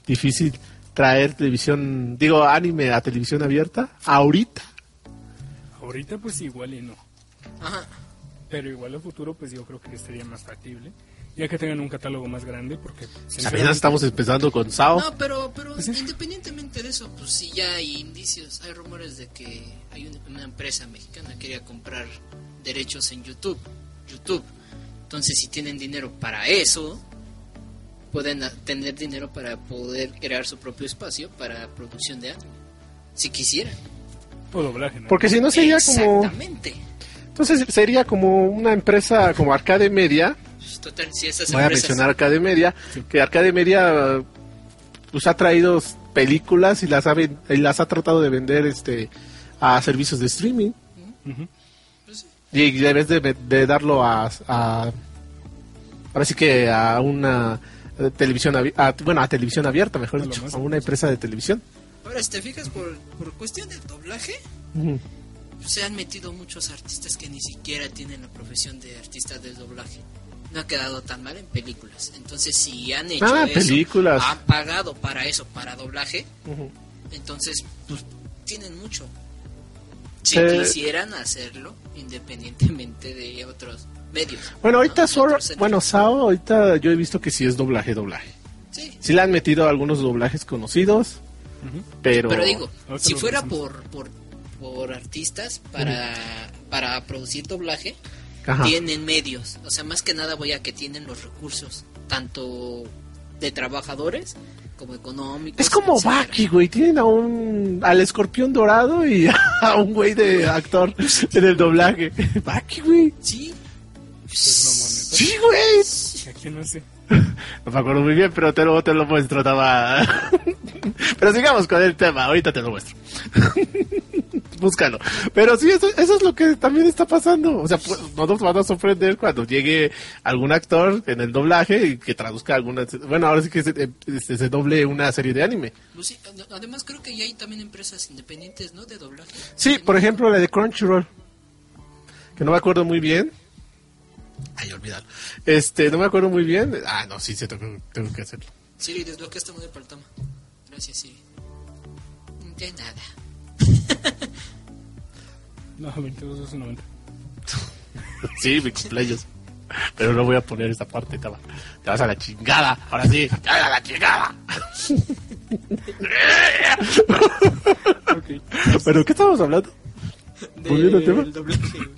difícil traer televisión, digo, anime a televisión abierta? Ahorita.
Ahorita pues igual y no.
Ajá.
Pero igual a futuro pues yo creo que sería más factible. Ya que tengan un catálogo más grande porque...
Apenas estamos empezando con Sao.
No, pero, pero
Pues sí.
independientemente de eso, pues sí ya hay indicios, hay rumores de que hay una, una empresa mexicana que quería comprar derechos en YouTube, YouTube. Entonces, si tienen dinero para eso, pueden a- tener dinero para poder crear su propio espacio para producción de anime, si quisieran.
O doblaje, ¿no?
Porque si no sería como...
Exactamente.
Entonces sería como una empresa como Arcade Media.
Total, si
Pues
esas
Voy a
empresas-
mencionar Arcade Media. Que Arcade Media pues, ha traído películas y las ha, ven- y las ha tratado de vender este a servicios de streaming.
Ujú.
pues sí.
Y debes de, ve- de darlo a, a- Ahora sí que a una eh, televisión. abi- a- bueno, a televisión abierta, mejor
A lo
dicho.
más.
A una empresa de televisión.
Ahora, si te fijas, por, por cuestión del doblaje,
Ujú.
se han metido muchos artistas que ni siquiera tienen la profesión de artista del doblaje. No ha quedado tan mal en películas. Entonces, si han hecho
Ah,
eso,
películas.
han pagado para eso, para doblaje, entonces pues tienen mucho. Si
Eh.
quisieran hacerlo independientemente de otros medios.
Bueno, ahorita
¿no? De
solo.
otros centros.
Bueno, Sao, ahorita yo he visto que sí es doblaje, doblaje.
Sí.
Sí le han metido algunos doblajes conocidos,
Ujú.
pero...
Pero digo,
Ahorita
si
lo
fuera
revisamos.
por, por, por artistas para, para producir doblaje,
Ajá.
tienen medios. O sea, más que nada voy a que tienen los recursos, tanto de trabajadores como económicos.
Es como
etcétera.
Baki, güey. Tienen a un. al escorpión dorado y <laughs> a un güey de actor en el doblaje. Baki, güey.
Sí,
Pues
Sí, güey.
no, moneta. Aquí no sé.
No me acuerdo muy bien, pero te lo, te lo muestro, estaba. pero sigamos con el tema, ahorita te lo muestro. <laughs> Búscalo. Pero sí, eso, eso es lo que también está pasando. O sea, pues, no nos van a sorprender cuando llegue algún actor en el doblaje y que traduzca alguna. Bueno, ahora sí que se, eh, se- se doble una serie de anime.
pues sí, ad- además creo que ya hay también empresas independientes, ¿no? De doblaje.
Sí, por ejemplo, la de Crunchyroll. Que no me acuerdo muy bien. Ay, olvidado. Este, no me acuerdo muy bien. Ah, no, sí, sí, tengo, tengo que hacerlo.
Siri, desbloquea esta modelo para el tama. Gracias, Siri. De nada.
No, 22,90.
<laughs> Sí, me explayos. Pero no voy a poner esta parte, te, va- te vas a la chingada. Ahora sí, te vas a la chingada.
<laughs>
Ok.
<laughs> ¿Pero qué estamos hablando? Volviendo al tema.
Del doblaje. güey.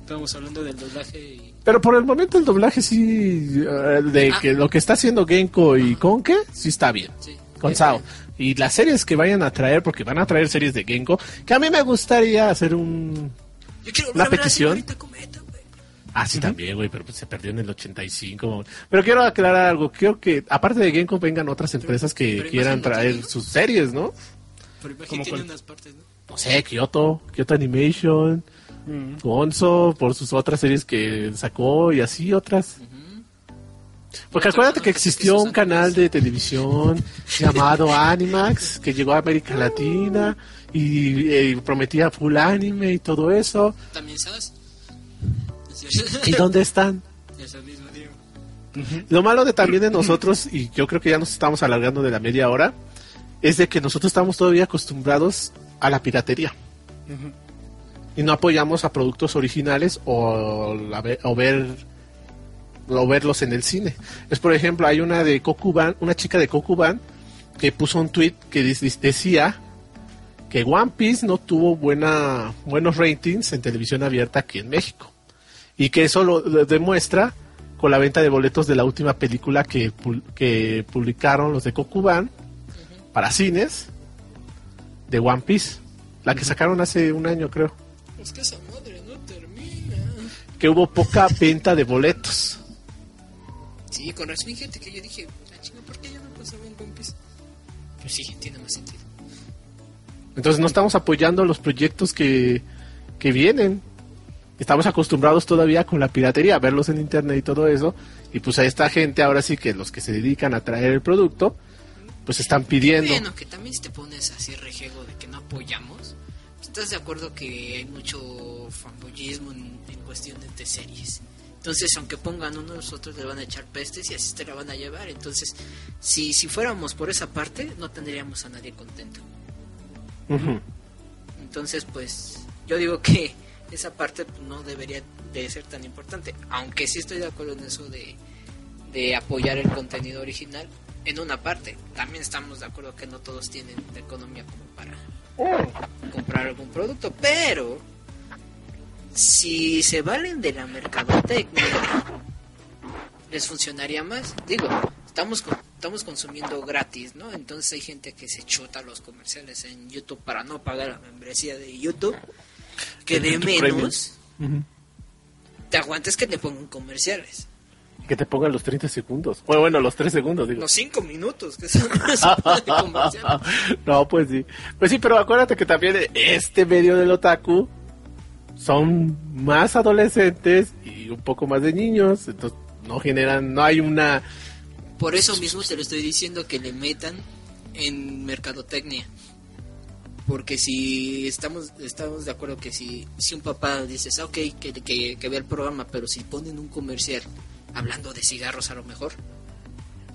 Estábamos hablando del doblaje y...
Pero por el momento el doblaje sí, eh, de que lo que está haciendo Genko y Konke, sí está bien.
Sí.
Con Sao. Y las series que vayan a traer, porque van a traer series de Genko, que a mí me gustaría hacer un...
Yo quiero
¿Una
volver a ver a la
petición?
señorita Cometa, güey.
Ah, sí, también, güey, pero pues se perdió en el 85. Pero quiero aclarar algo. Creo que, aparte de Genko, vengan otras empresas que
pero
quieran
imagínate,
traer
¿no?
sus series, ¿no?
Pero imagínate
¿Cómo
tiene
cuál?
unas partes, ¿no?
no sé, Kyoto, Kyoto Animation,
Mm.
Gonzo, por sus otras series que sacó y así otras. Porque acuérdate que existió un canal de televisión llamado Animax que llegó a América Latina y, eh, prometía full anime y todo eso.
También sabes.
¿Y dónde están?
<laughs> Es el mismo Diego.
Lo malo de también de nosotros, y yo creo que ya nos estamos alargando de la media hora, es de que nosotros estamos todavía acostumbrados a la piratería.
Ujú.
Y no apoyamos a productos originales o, la ve- o ver o verlos en el cine. Es por ejemplo, hay una de Kokuban, una chica de Kokuban que puso un tweet que dis- dis- decía que One Piece no tuvo buena buenos ratings en televisión abierta aquí en México y que eso lo lo demuestra con la venta de boletos de la última película que, pul- que publicaron los de Kokuban para cines de One Piece, la que sacaron hace un año creo,
Es que esa madre no termina.
que hubo poca venta de boletos.
Sí, con razón, gente que yo dije, la chinga, ¿por qué ya no pasaba en One Piece? Pero sí, tiene más sentido.
Entonces no estamos apoyando los proyectos que, que vienen. Estamos acostumbrados todavía con la piratería, a verlos en internet y todo eso. Y pues a esta gente ahora sí que los que se dedican a traer el producto, pues están pidiendo.
Bueno, que también si te pones así rejego de que no apoyamos, estás de acuerdo que hay mucho fanboyismo en, en cuestiones de series. Entonces, aunque pongan uno, los otros le van a echar pestes y así te la van a llevar. Entonces, si, si fuéramos por esa parte, no tendríamos a nadie contento.
Ujú.
Entonces, pues yo digo que esa parte pues, no debería de ser tan importante. Aunque sí estoy de acuerdo en eso de, de apoyar el contenido original en una parte. También estamos de acuerdo que no todos tienen la economía como para comprar algún producto. Pero si se valen de la mercadotecnia, les funcionaría más. Digo, estamos con- estamos consumiendo gratis, ¿no? Entonces hay gente que se chuta los comerciales en YouTube para no pagar la membresía de YouTube, que
El
de
YouTube
menos
Ujú.
te aguantes que te pongan comerciales.
Que te pongan los 30 segundos. Bueno, bueno, los 3 segundos, digo.
Los cinco minutos que son los de comerciales.
<laughs> no, pues sí. Pues sí, pero acuérdate que también este medio del otaku son más adolescentes y un poco más de niños. Entonces no generan, no hay una...
<laughs> Por eso mismo te lo estoy diciendo que le metan en mercadotecnia. Porque si estamos estamos de acuerdo que si, si un papá dices, "Ah, ok, que, que, que vea el programa, pero si ponen un comercial hablando de cigarros a lo mejor,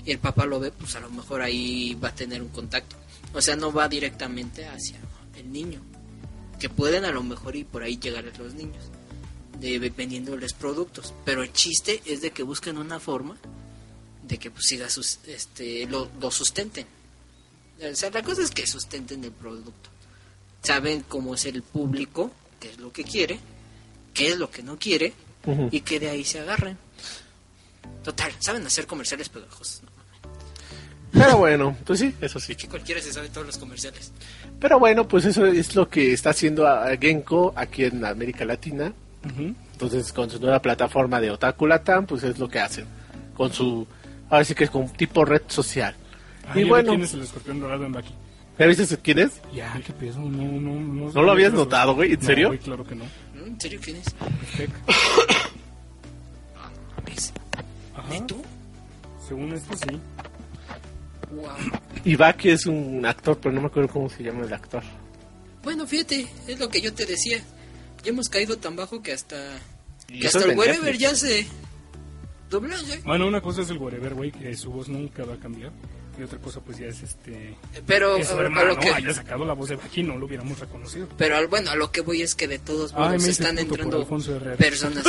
y el papá lo ve, pues a lo mejor ahí va a tener un contacto. O sea, no va directamente hacia el niño. Que pueden a lo mejor y por ahí llegar a los niños, de, vendiéndoles productos. Pero el chiste es de que busquen una forma de que pues siga sus, este lo, lo sustenten o sea la cosa es que sustenten el producto saben cómo es el público qué es lo que quiere qué es lo que no quiere
Ujú.
y que de ahí se agarren total saben hacer comerciales pedajos no mames.
Pero bueno, pues sí, eso sí.
Que cualquiera se sabe todos los comerciales.
Pero bueno, pues eso es lo que está haciendo a- a Genko aquí en América Latina.
Ujú.
Entonces, con su nueva plataforma de Otaku Latam, pues es lo que hacen. Con su. Ahora sí que es como tipo red social.
Ah,
y
ya vi
bueno,
¿Quién es el escorpión dorado en Baki?
¿ya viste quién es?
Ya, qué peso, no, no, no.
¿No lo habías notado, güey? ¿En
No,
serio?
güey, claro que no.
¿Mm? ¿En serio quién es?
Tec.
¿Ves?
Ajá.
¿Neto?
Según esto, sí.
Wow.
Ibaki es un actor, pero no me acuerdo cómo se llama el actor.
Bueno, fíjate, es lo que yo te decía. Ya hemos caído tan bajo que hasta.
Y
Que
eso
hasta
es
el
de
wherever
Netflix.
ya se. ¿eh? doblaje.
Bueno, una cosa es el whatever, güey, que su voz nunca va a cambiar. Y otra cosa, pues ya es este.
Pero.
Que su
a- a
hermano
lo que-
haya sacado la voz de Baki, no lo hubiéramos reconocido.
Pero al- bueno, a lo que voy es que de todos
Ay,
modos
me hice
están
puto por
entrando
Alfonso Herrera. <laughs>
personas.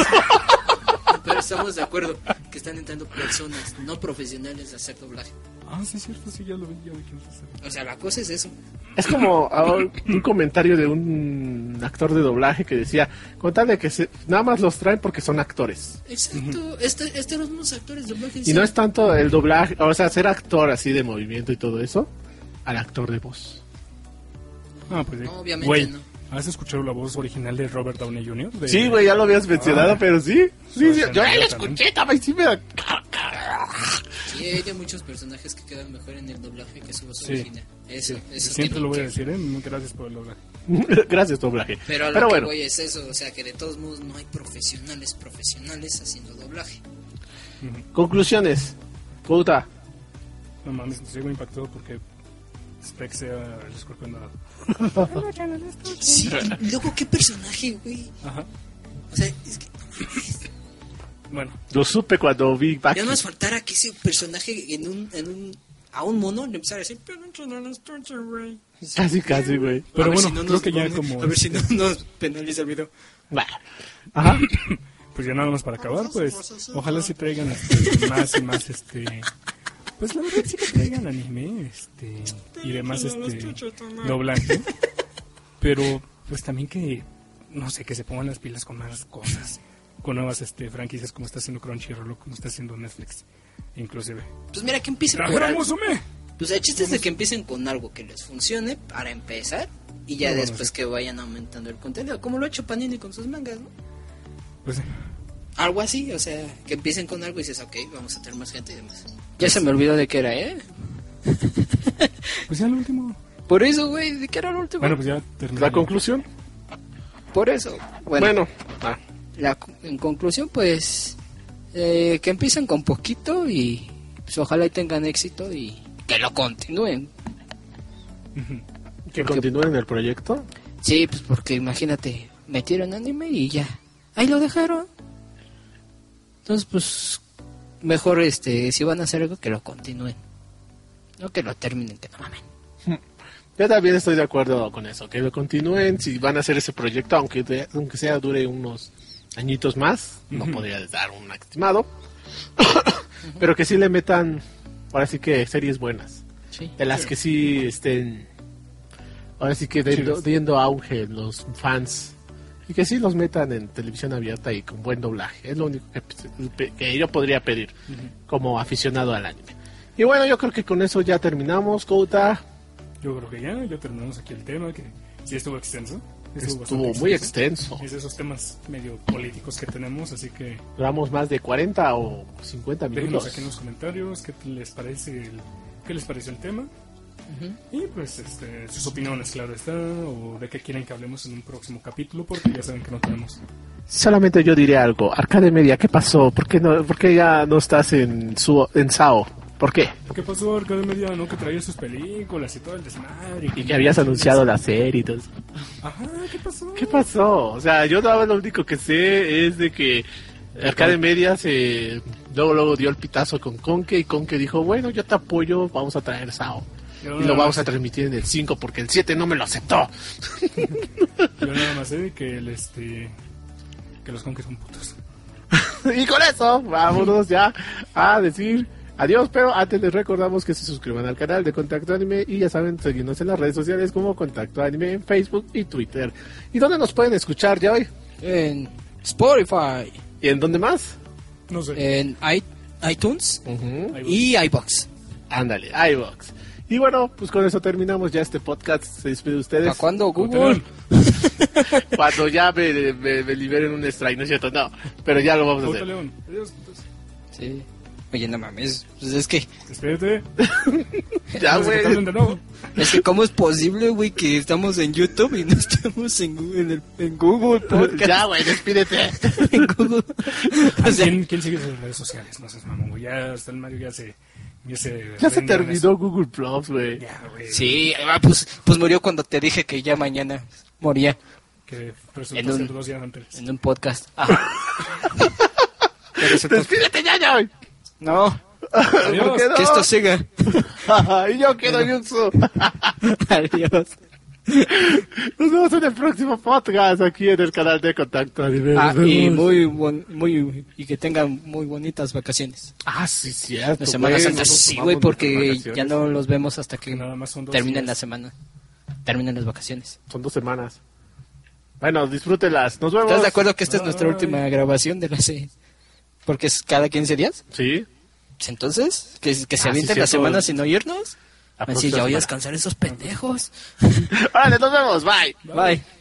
pero estamos de acuerdo que están entrando personas no profesionales a hacer doblaje.
Ah, sí, es cierto, sí, ya lo vi, ya vi quién es ese.
O sea, la cosa es eso.
Es como ahora un comentario de un actor de doblaje que decía: con tal de que se- nada más los traen porque son actores.
Exacto. Este, este los mismos actores de
Y
doblaje. dicen,
no es tanto el doblaje, o sea, ser actor así de movimiento y todo eso, al actor de voz.
Ah, pues sí.
No, obviamente
Güey,
no.
¿Has escuchado la voz original de Robert Downey Jr.? De-
Sí, Pues güey, ya lo habías mencionado,
Ah.
pero sí. sí, sí, yo ya lo
Schwarzenegger
escuché, estaba y sí me da-
Sí, hay muchos personajes que quedan mejor en el doblaje que su voz
Sí.
original. Eso, eso
Siempre
tiene
lo voy a
que-
decir, ¿eh? Gracias por el doblaje.
<laughs> Gracias, doblaje.
Pero a lo
Pero
que
bueno,
voy es eso, o sea que de todos modos no hay profesionales profesionales haciendo doblaje.
conclusiones. Couta,
No mames, sigo impactado porque Spec sea el escorpión dorado.
Sí, y luego qué personaje, güey.
Ajá.
O sea, es que
Bueno,
lo supe cuando vi Baki. <laughs>
Ya no nos faltara que ese personaje en un, en un, a un mono le empezara a decir, pero no no nos torche, güey.
Casi, casi, güey.
pero
A ver
bueno,
si no
creo
nos
que ya
pone-
como.
A ver si no <laughs> nos penaliza el video.
Bah. Ajá.
<coughs> Pues ya nada más para acabar, pues. Ojalá se traigan este, más y más este. Pues la verdad sí que traigan anime, este. Y demás este. Doblaje. Pero, pues también que. No sé, que se pongan las pilas con más cosas. Con nuevas este, franquicias como está haciendo Crunchyroll o como está haciendo Netflix. Inclusive.
Pues mira, que empiecen por
¡Trajera
algo.
Musume!
Pues el chiste es de que empiecen con algo que les funcione para empezar y ya
No, bueno,
después
sí.
que vayan aumentando el contenido, como lo ha hecho Panini con sus mangas, ¿no?
Pues sí.
Algo así, o sea, que empiecen con algo y dices, ok, vamos a tener más gente y demás. Ya se me olvidó de qué era, ¿eh?
Pues ya el último.
Por eso, güey, de qué era el último.
Bueno, pues ya terminé.
La conclusión.
por eso. Bueno,
Bueno, ah,
la co- en conclusión, pues eh, que empiecen con poquito y pues, ojalá y tengan éxito y que lo continúen.
Ujú.
que continúen el proyecto.
Sí, pues porque imagínate, metieron anime y ya, ahí lo dejaron. Entonces, pues mejor este, si van a hacer algo, que lo continúen. No que lo terminen, que no mamen.
Yo también estoy de acuerdo con eso, que lo continúen. Si van a hacer ese proyecto, aunque, de- aunque sea dure unos añitos más, no
Ujú.
podría dar un estimado, <coughs> pero que sí le metan, ahora sí que series buenas,
Sí.
de las que sí estén, ahora sí que dando,
Chidas.
dando auge los fans, y que sí los metan en televisión abierta y con buen doblaje. Es lo único que, que yo podría pedir como aficionado al anime. Y bueno, yo creo que con eso ya terminamos, Kouta.
Yo creo que ya, ya terminamos aquí el tema, que sí estuvo extenso.
Estuvo
bastante
muy extenso.
Es de esos temas medio políticos que tenemos, así que
Duramos más de 40 o 50
déjenos
minutos.
aquí en los comentarios qué les parece el, qué les pareció el tema.
Ujú.
Y pues este, sus opiniones, claro está, o de qué quieren que hablemos en un próximo capítulo, porque ya saben que no tenemos.
Solamente yo diré algo. Arcade Media, ¿qué pasó? ¿Por qué, no, por qué ya no estás en, su, en SAO? ¿Por qué?
¿Qué pasó, Arcade Media? ¿No? Que traía sus películas y todo el desmadre.
Y que habías anunciado la serie y todo eso.
Ajá, ¿qué pasó?
¿Qué pasó? O sea, yo nada más lo único que sé es de que Arcade Media se luego luego dio el pitazo con Conque y Conque dijo, bueno, yo te apoyo, vamos a traer SAO.
Yo
Y
nada
lo vamos
más-
a transmitir en el 5 porque el 7 no me lo aceptó. <laughs>
Yo nada más sé que el este. Que los conques son putos.
Y con eso, vámonos ya a decir adiós, pero antes les recordamos que se suscriban al canal de Contacto Anime y ya saben, seguirnos en las redes sociales como Contacto Anime en Facebook y Twitter. ¿Y dónde nos pueden escuchar ya hoy?
En Spotify,
¿Y en dónde más?
No sé.
en i- iTunes
Ahí voy.
y iBox.
Ándale, iVox. Y bueno, pues con eso terminamos ya este podcast. Se despide de ustedes.
¿Para cuándo Google?
Cuando ya me, me- me liberen un strike, no es cierto, no. Pero ya lo vamos a
Pauta
hacer.
León. Adiós. putos.
Sí. Oye, no mames. Pues es que,
Despídete.
Ya,
Nos
güey.
escuchamos de nuevo.
es que ¿cómo es posible, güey, que estamos en YouTube y no estamos en Google, en el- en Google Podcast?
Ya, güey, despídete.
<laughs> En <laughs> Google. O sea,
¿Quién, quién sigue sus redes sociales? No seas mamón, güey. Ya hasta el Mario ya se. Ya se,
Ya se
rinde en eso.
terminó Google Plus, güey. <laughs>
Ya, güey.
sí, ah, pues, pues murió cuando te dije que ya mañana moría
Que resultó
En un-
ser dos días antes.
en un podcast. Ah. Que resulta-
Despídete ya, ya. güey.
No,
Adiós.
¿Por qué no?
que esto siga.
<laughs> y yo quedo en
<laughs> Adiós.
Nos vemos en el próximo podcast aquí en el canal de contacto.
Ah, y
Nos vemos.
muy, bon- muy, y que tengan muy bonitas vacaciones.
Ah, sí, cierto.
La Semana
güey.
Santa
Nosotros
sí,
tomamos
güey, porque
nuestras
ya
vacaciones.
no los vemos hasta que
Nada más son dos
terminen la
días.
semana. Terminen las vacaciones.
Son dos semanas. Bueno, disfrútelas. Nos vemos.
¿Estás de acuerdo que esta es nuestra
Ay.
última grabación de la serie? Porque es cada 15 días.
Sí.
Pues Entonces, que,
Ah,
que se
sí,
avienten la
cierto.
semana sin oírnos.
La
Así ya voy
próxima semana.
a descansar esos pendejos.
Órale, nos vemos. Bye.
Bye.